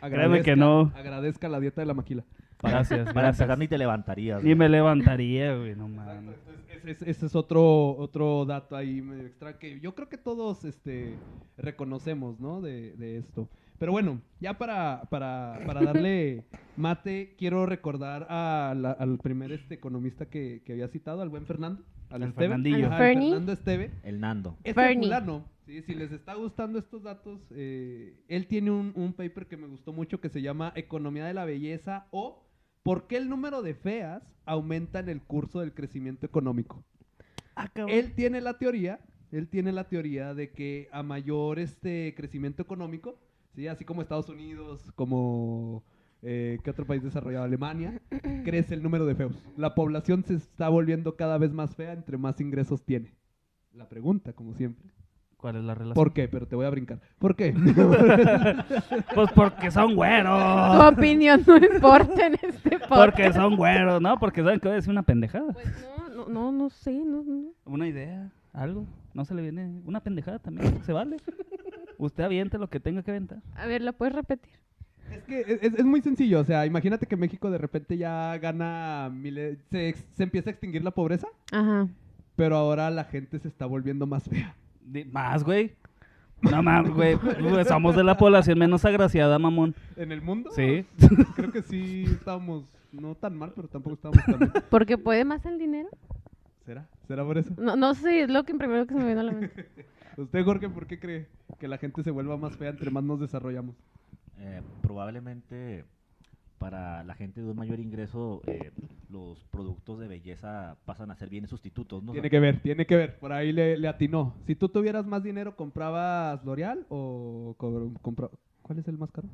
S2: Créeme que
S4: Agradezca-
S2: no.
S4: Agradezca la dieta de la maquila.
S2: Gracias,
S1: Para empezar,
S2: gracias.
S1: pues, ni te levantarías.
S2: Ni
S1: güey.
S2: me levantaría, güey, no mames.
S4: Ese es, ese es otro, otro dato ahí medio extra que yo creo que todos este, reconocemos, ¿no? De, de esto. Pero bueno, ya para, para, para darle mate, quiero recordar a la- al primer este economista que, que había citado, al buen Fernando. Al
S2: Al
S4: Esteve.
S2: Fernandillo.
S4: Ajá,
S3: Al
S4: al
S3: Ferni.
S4: Fernando Esteve.
S1: El Nando.
S4: Ese
S3: Fernie.
S4: Este fulano, sí, si les está gustando estos datos, eh, él tiene un, un paper que me gustó mucho que se llama Economía de la Belleza o ¿Por qué el número de feas aumenta en el curso del crecimiento económico?
S2: Ah,
S4: Él tiene la teoría, él tiene la teoría de que a mayor este crecimiento económico, ¿sí? así como Estados Unidos, como eh, ¿qué otro país desarrollado? Alemania, crece el número de feos. La población se está volviendo cada vez más fea entre más ingresos tiene. La pregunta, como siempre.
S2: ¿Cuál es la relación?
S4: ¿Por qué? Pero te voy a brincar. ¿Por qué?
S2: Pues porque son
S3: Tu
S2: güeros.
S3: opinión no importa en este podcast.
S2: Porque son güeros, ¿no? Porque saben que voy a decir una pendejada.
S3: Pues no, no, no, no sé, no, no.
S2: Una idea, algo. No se le viene. Una pendejada también. Se vale. Usted aviente lo que tenga que aventar.
S3: A ver, ¿la puedes repetir?
S4: es que es, es muy sencillo. O sea, imagínate que México de repente ya gana miles. Se, ex- se empieza a extinguir la pobreza,
S3: Ajá.
S4: pero ahora la gente se está volviendo más fea.
S2: Di- Más, güey. No mames, güey. Güey, Somos de la población menos agraciada, mamón.
S4: ¿En el mundo?
S2: Sí.
S4: Creo que sí estábamos no tan mal, pero tampoco estábamos tan bien.
S3: ¿Porque puede más el dinero?
S4: ¿Será? ¿Será por eso?
S3: No, no sé, es lo que primero que se me vino a la mente.
S4: ¿Usted, Jorge, por qué cree que la gente se vuelva más fea entre más nos desarrollamos?
S1: Eh, probablemente para la gente de un mayor ingreso, eh, los productos de belleza pasan a ser bienes sustitutos, ¿no?
S4: Tiene que ver, tiene que ver. Por ahí le, le atinó. Si tú tuvieras más dinero, ¿comprabas L'Oreal o co- compra- ¿Cuál es el más caro?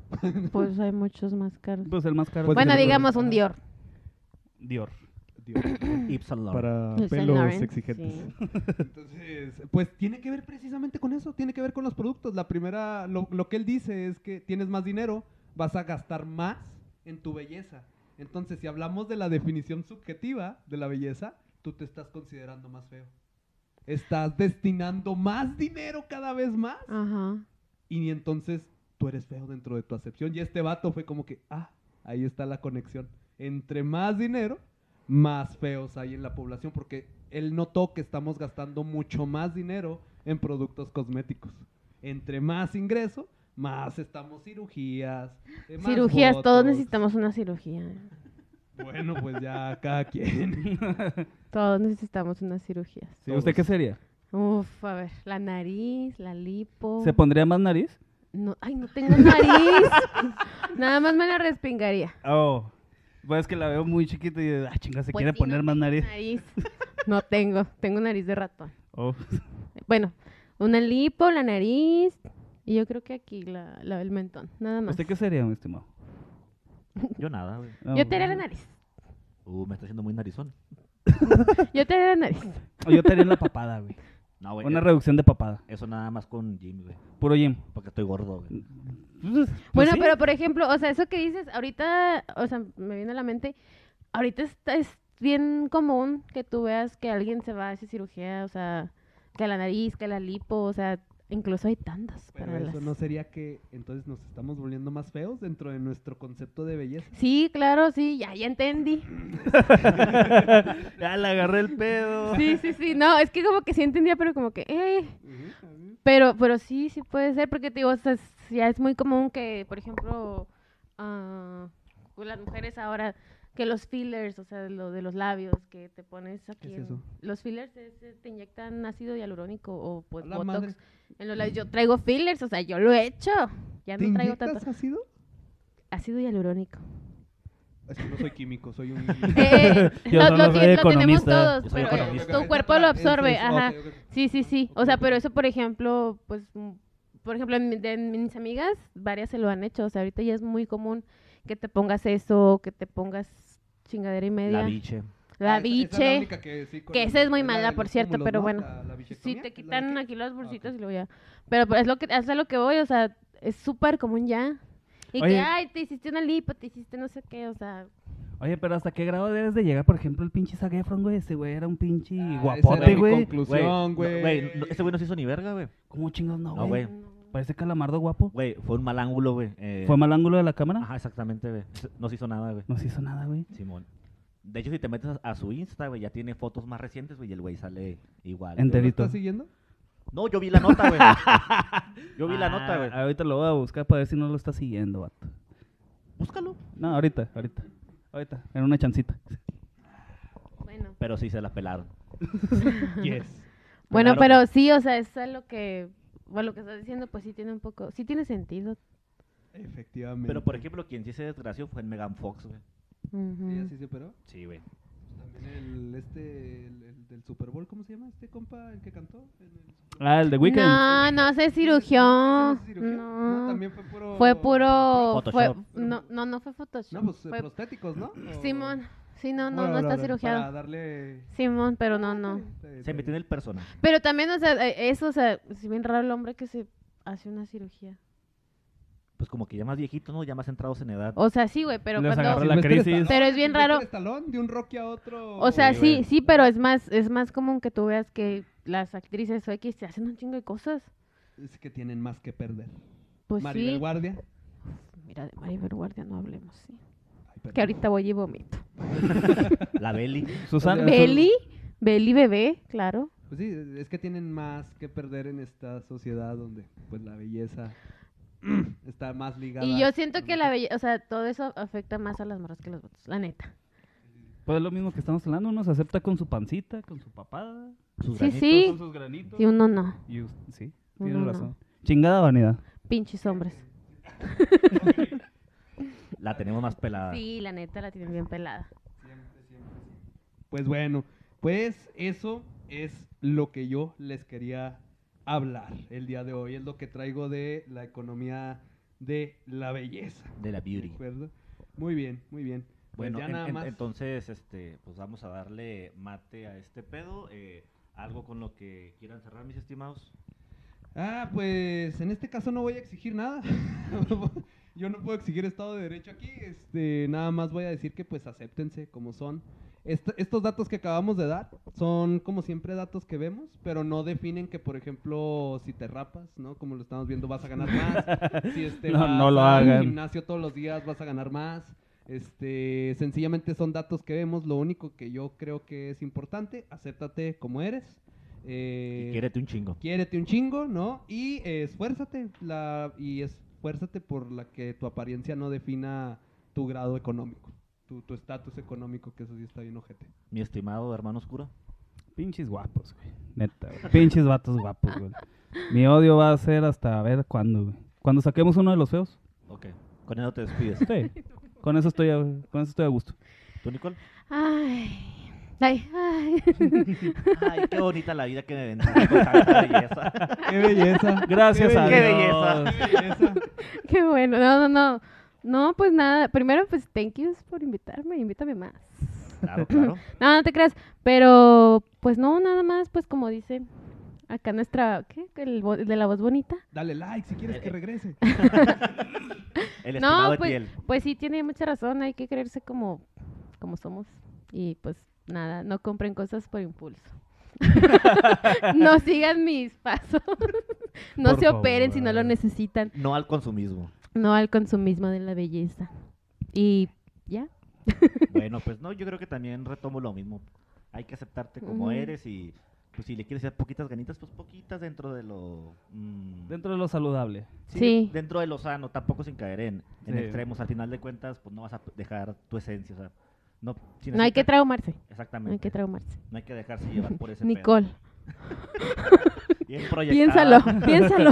S3: Pues hay muchos más caros.
S2: Pues el más caro.
S4: Pues
S3: bueno,
S4: sí,
S3: digamos
S4: pero-
S3: un Dior.
S2: Dior.
S4: Dios.
S1: Yves Saint Laurent.
S4: para
S3: Saint
S4: pelos
S3: Laurent,
S4: exigentes.
S3: sí.
S4: Entonces, pues tiene que ver precisamente con eso, tiene que ver con los productos. La primera, lo, lo que él dice es que tienes más dinero, vas a gastar más en tu belleza. Entonces, si hablamos de la definición subjetiva de la belleza, tú te estás considerando más feo. Estás destinando más dinero cada vez más.
S3: Ajá.
S4: Y entonces tú eres feo dentro de tu acepción. Y este vato fue como que, ah, ahí está la conexión. Entre más dinero, más feos hay en la población. Porque él notó que estamos gastando mucho más dinero en productos cosméticos. Entre más ingreso, más estamos cirugías. eh, más
S3: Cirugías, todos
S4: botox.
S3: necesitamos una cirugía.
S4: Bueno, pues ya cada quien. pues,
S3: Todos necesitamos una cirugía.
S2: pues. ¿Usted qué sería?
S3: Uf, a ver, la nariz, la lipo.
S2: ¿Se pondría más nariz?
S3: No, ay, no tengo nariz. Nada más me la respingaría.
S2: Oh, pues es que la veo muy chiquita y ah, chinga, se
S3: Pues
S2: quiere
S3: sí,
S2: poner
S3: no
S2: más
S3: tengo
S2: nariz.
S3: No tengo, tengo nariz de ratón.
S2: Oh.
S3: Bueno, una lipo, la nariz y yo creo que aquí la, la el mentón, nada más.
S2: ¿Usted qué sería, mi estimado? Oh.
S1: Yo nada, güey.
S2: No,
S3: Yo te haría la nariz.
S1: Uh, me está haciendo muy narizón.
S3: Yo te haría la nariz.
S2: Yo te haría la papada, güey.
S1: No, güey.
S2: Una
S1: eh,
S2: reducción de papada.
S1: Eso nada más con Jimmy, güey.
S2: Puro Jim.
S1: Porque estoy gordo, güey.
S2: Pues,
S3: bueno,
S2: sí.
S3: pero por ejemplo, o sea, eso que dices, ahorita, o sea, me viene a la mente, ahorita está, es bien común que tú veas que alguien se va a hacer cirugía, o sea, que la nariz, que la lipo, o sea, incluso hay tandas
S4: Pero
S3: para
S4: eso
S3: las-
S4: no sería que entonces nos estamos volviendo más feos dentro de nuestro concepto de belleza.
S3: Sí, claro, sí, ya, ya entendí.
S2: Ya le agarré el pedo.
S3: Sí, sí, sí, no, es que como que sí entendía, pero como que, eh, Pero, pero sí, sí puede ser, porque te digo, o sea, es- ya es muy común que, por ejemplo, ah, con las mujeres ahora, que los fillers, o sea, lo de los labios, que te pones aquí.
S4: es
S3: en-
S4: eso?
S3: Los fillers es, eh, te inyectan ácido hialurónico o pues
S4: A la
S3: botox
S4: madre.
S3: en los labios. Yo traigo fillers, o sea, yo lo he hecho. Ya
S4: ¿Te
S3: no traigo
S4: inyectas
S3: tanto.
S4: ácido?
S3: Ácido hialurónico.
S4: Es que no soy químico, soy un...
S3: Eh,
S2: Yo
S3: lo,
S2: no
S3: lo
S2: soy
S3: tien- lo tenemos
S2: economista,
S3: todos,
S1: yo soy
S3: pero eh,
S1: economista.
S3: tu cuerpo lo absorbe, ajá. Sí, sí, sí. O sea,
S4: Ah,
S3: pero eso, por ejemplo, pues, mm, por ejemplo, en mi- de mis amigas, varias se lo han hecho. O sea, ahorita ya es muy común que te pongas eso, que te pongas chingadera y media.
S1: La biche.
S3: Ah, La biche. que esa es muy mala, por cierto, pero bueno. si te quitan aquí los
S1: Ah,
S3: bursitos y luego ya. Pero pues, es lo que, es a lo que voy, o sea, es súper común ya. Y
S2: Oye.
S3: que, ay, te hiciste una lipo, te hiciste no sé qué, o sea,
S2: Oye, pero ¿hasta qué grado debes de llegar? Por ejemplo, el pinche Zac Efron, güey. Ese güey era un pinche
S4: Ah, esa
S2: guapote,
S4: era mi
S2: güey.
S4: conclu-
S1: Güey,
S4: Inclusión,
S1: no,
S4: güey.
S1: güey, no, ese güey no se hizo ni verga, güey.
S2: ¿Cómo chingados no,
S1: No,
S2: güey?
S1: güey.
S2: Parece calamardo guapo.
S1: Güey, fue un mal ángulo, güey. Eh,
S2: ¿Fue mal ángulo de la cámara?
S1: Ajá, exactamente, güey. No se hizo nada, güey.
S2: No se hizo nada, güey.
S1: Simón. De hecho, si te metes a, a su Insta, güey, ya tiene fotos más recientes, güey, y el güey sale igual. güey.
S2: Enter-
S4: ¿Lo
S2: Enterito.
S4: estás siguiendo?
S1: No, yo vi la nota, güey. yo vi la nota,
S2: Ah,
S1: güey.
S2: Ahorita lo voy a buscar para ver si no lo está siguiendo, vato.
S1: Búscalo.
S2: No, ahorita, ahorita. Ahorita, en una chancita.
S3: bueno.
S1: Pero sí se la pelaron.
S4: Yes.
S3: Bueno,
S1: Claro.
S3: pero sí, o sea, es a lo que, bueno, lo que estás diciendo, pues sí tiene un poco, sí tiene sentido.
S4: Efectivamente.
S1: Pero, por ejemplo, quien sí se desgració fue el Megan Fox, güey.
S3: Ujú.
S4: Sí, así se operó. Pues
S1: Sí, güey.
S4: También el, este, el, el del Super Bowl, ¿cómo se llama este compa? El que cantó. en el Super Bowl?
S2: Ah, el de Weekend.
S3: No, no se cirugió.
S4: ¿Sí se cirugió?
S3: No,
S4: también fue puro.
S3: fue puro, fue,
S1: Photoshop.
S3: no, no, no fue Photoshop.
S4: No, pues eh,
S3: fue-
S4: prostéticos, ¿no? O-
S3: Simón, sí, no, no,
S4: Bueno,
S3: no está
S4: ahora, ahora, Para
S3: cirugiado.
S4: darle. este,
S3: Simón, pero no, no.
S1: Se metió en el personaje.
S3: Pero también, o sea, eh, eso, o sea, es bien raro el hombre que se hace una cirugía.
S1: Pues como que ya más viejitos, ¿no? Ya más entrados en edad.
S3: O sea, sí, güey, pero
S2: Les
S3: cuando...
S2: agarró la crisis.
S3: Pero es bien raro.
S4: Estalón, de un Rocky a otro. Eh,
S3: O sea,
S1: Sí,
S3: sí,
S1: güey.
S3: sí, pero es más, es más común que tú veas que las actrices o X se hacen un chingo de cosas.
S4: Es que tienen más que perder.
S3: Pues
S4: Maribel
S3: sí.
S4: Guardia.
S3: Mira, de Maribel Guardia no hablemos, sí.
S4: Ay, perdón.
S3: Que ahorita voy y vomito.
S1: La Belly.
S2: Susana.
S4: Eso-
S3: Beli, Beli bebé, claro.
S4: Pues sí, es que tienen más que perder en esta sociedad donde pues la belleza está más ligada.
S3: Y yo siento que la belleza, o sea, todo eso afecta más a las morras que los votos, la neta.
S2: Pues es lo mismo que estamos hablando. Uno se acepta con su pancita, con su papada,
S1: Sus
S3: Sí,
S1: granitos.
S3: sí,
S2: con sus granitos.
S3: sí, uno no,
S2: Y us- sí,
S3: No,
S2: tienes
S3: no, no.
S2: razón. Chingada vanidad.
S3: pinches hombres.
S1: La tenemos más pelada.
S3: Sí, la neta la tienen bien pelada.
S4: Pues bueno, pues eso es lo que yo les quería hablar el día de hoy. Es lo que traigo de la economía de la belleza.
S1: De la
S4: ¿De
S1: beauty.
S4: acuerdo? Muy bien, muy bien. Pues
S1: Bueno,
S4: ya
S1: en-
S4: nada
S1: en-
S4: más.
S1: entonces, este, pues vamos a darle mate a este pedo. eh, algo con lo que quieran cerrar, mis estimados.
S4: Ah, pues en este caso no voy a exigir nada. Yo no puedo exigir Estado de Derecho aquí. Este, nada más voy a decir que pues acéptense como son. Est- estos datos que acabamos de dar son como siempre datos que vemos, pero no definen que, por ejemplo, si te rapas, ¿no? Como lo estamos viendo, vas a ganar más. si este,
S2: No,
S4: vas
S2: no lo
S4: al
S2: hagan.
S4: gimnasio todos los días vas a ganar más. Este, sencillamente son datos que vemos. Lo único que yo creo que es importante, acéptate como eres.
S1: Y
S4: Eh,
S1: quiérete un chingo.
S4: Quiérete un chingo, ¿no? Y eh, esfuérzate. La, y esfuérzate por la que tu apariencia no defina tu grado económico. Tu tu estatus económico, que eso sí está bien ojete.
S1: Mi estimado hermano oscuro.
S2: Pinches guapos, güey. Neta, güey. Pinches vatos guapos, güey. Mi odio va a ser hasta ver cuándo, güey. Cuando saquemos uno de los feos.
S1: Ok. Con eso te despides.
S2: Sí. Con eso estoy a, con eso estoy a gusto.
S1: ¿Tú, Nicole?
S3: Ay. Ay, ay.
S1: Ay, qué bonita la vida que me vendiste con tanta belleza.
S4: ¡Qué belleza!
S2: Gracias a
S1: ¡Qué
S2: Dios.
S1: belleza!
S3: Qué bueno. No, no, no. No, pues nada. Primero, pues, thank yous por invitarme. Invítame más.
S1: Claro, claro.
S3: No, no te creas. Pero, pues no, nada más, pues como dice acá nuestra, ¿qué? El vo- de la voz bonita.
S4: Dale like si quieres que regrese.
S1: El estimado
S3: No,
S1: de
S3: pues,
S1: piel.
S3: pues sí, tiene mucha razón. Hay que creerse como, como somos. Y pues nada, no compren cosas por impulso. no sigan mis pasos. no
S2: Por
S3: se operen si no lo
S2: favor.
S3: necesitan.
S1: No al consumismo.
S3: No al consumismo de la belleza. Y ya.
S1: Bueno, pues no, yo creo que también retomo lo mismo. Hay que aceptarte como
S3: Ujú.
S1: eres y pues si le quieres dar poquitas ganitas, pues poquitas dentro de lo... mm,
S2: Dentro de lo saludable.
S3: Sí.
S1: Dentro de lo sano, tampoco sin caer en, en
S2: Sí.
S1: extremos. Al final de cuentas, pues no vas a dejar tu esencia. O sea, no, si
S3: No hay que
S1: necesitas-
S3: traumarse. No
S1: Exactamente.
S3: hay que traumarse.
S1: no hay que dejarse llevar por ese pedo.
S3: Nicole,
S1: Bien proyectada.
S3: piénsalo, piénsalo.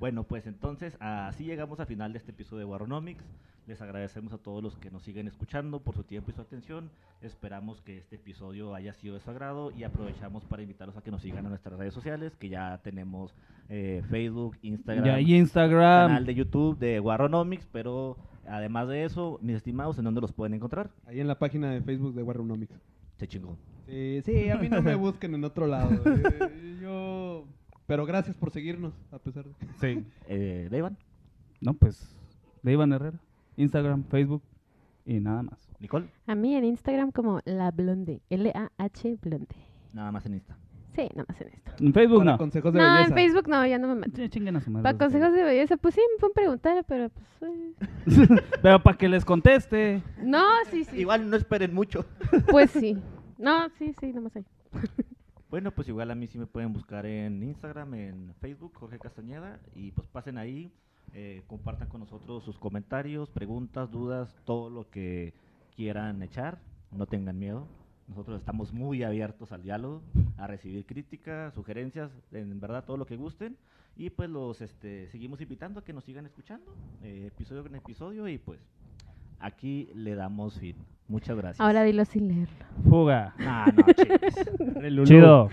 S1: Bueno, pues entonces así llegamos al final de este episodio de Warronomics. Les agradecemos a todos los que nos siguen escuchando por su tiempo y su atención. Esperamos que este episodio haya sido de su agrado y aprovechamos para invitarlos a que nos sigan a nuestras redes sociales, que ya tenemos eh, Facebook, Instagram,
S2: Ya hay Instagram.
S1: canal de YouTube de Warronomics, pero además de eso, mis estimados, ¿en dónde los pueden encontrar?
S4: Ahí en la página de Facebook de Warroonomics.
S1: Se chingó.
S4: Sí, sí, a mí no me busquen en otro lado. eh, yo... Pero gracias por seguirnos, a pesar de...
S2: Sí.
S1: Eh, Devan,
S2: No, pues. De Iván Herrera. Instagram, Facebook y nada más.
S1: Nicole,
S3: A mí en Instagram como la blonde, L-A-H blonde.
S1: nada más en Insta.
S3: Sí, nada más en esto.
S2: En Facebook
S4: Para
S2: no.
S4: consejos de
S3: No,
S4: belleza.
S3: en Facebook no, ya no me meto.
S2: Sí, chinguen a su madre
S3: Para
S2: los
S3: consejos de belleza, pues sí, me pueden preguntar, pero pues... eh.
S2: Pero para que les conteste.
S3: No, sí, sí.
S1: Igual no esperen mucho.
S3: Pues sí. No, sí, sí, nomás ahí.
S1: Bueno, pues igual a mí sí me pueden buscar en Instagram, en Facebook, Jorge Castañeda, y pues pasen ahí, eh, compartan con nosotros sus comentarios, preguntas, dudas, todo lo que quieran echar, no tengan miedo. Nosotros estamos muy abiertos al diálogo, a recibir críticas, sugerencias, en verdad todo lo que gusten. Y pues los este, seguimos invitando a que nos sigan escuchando, eh, episodio con episodio, y pues aquí le damos fin. Muchas gracias.
S3: Ahora dilo sin leerlo.
S2: Fuga.
S1: Ah, no, chingues.
S2: Chido.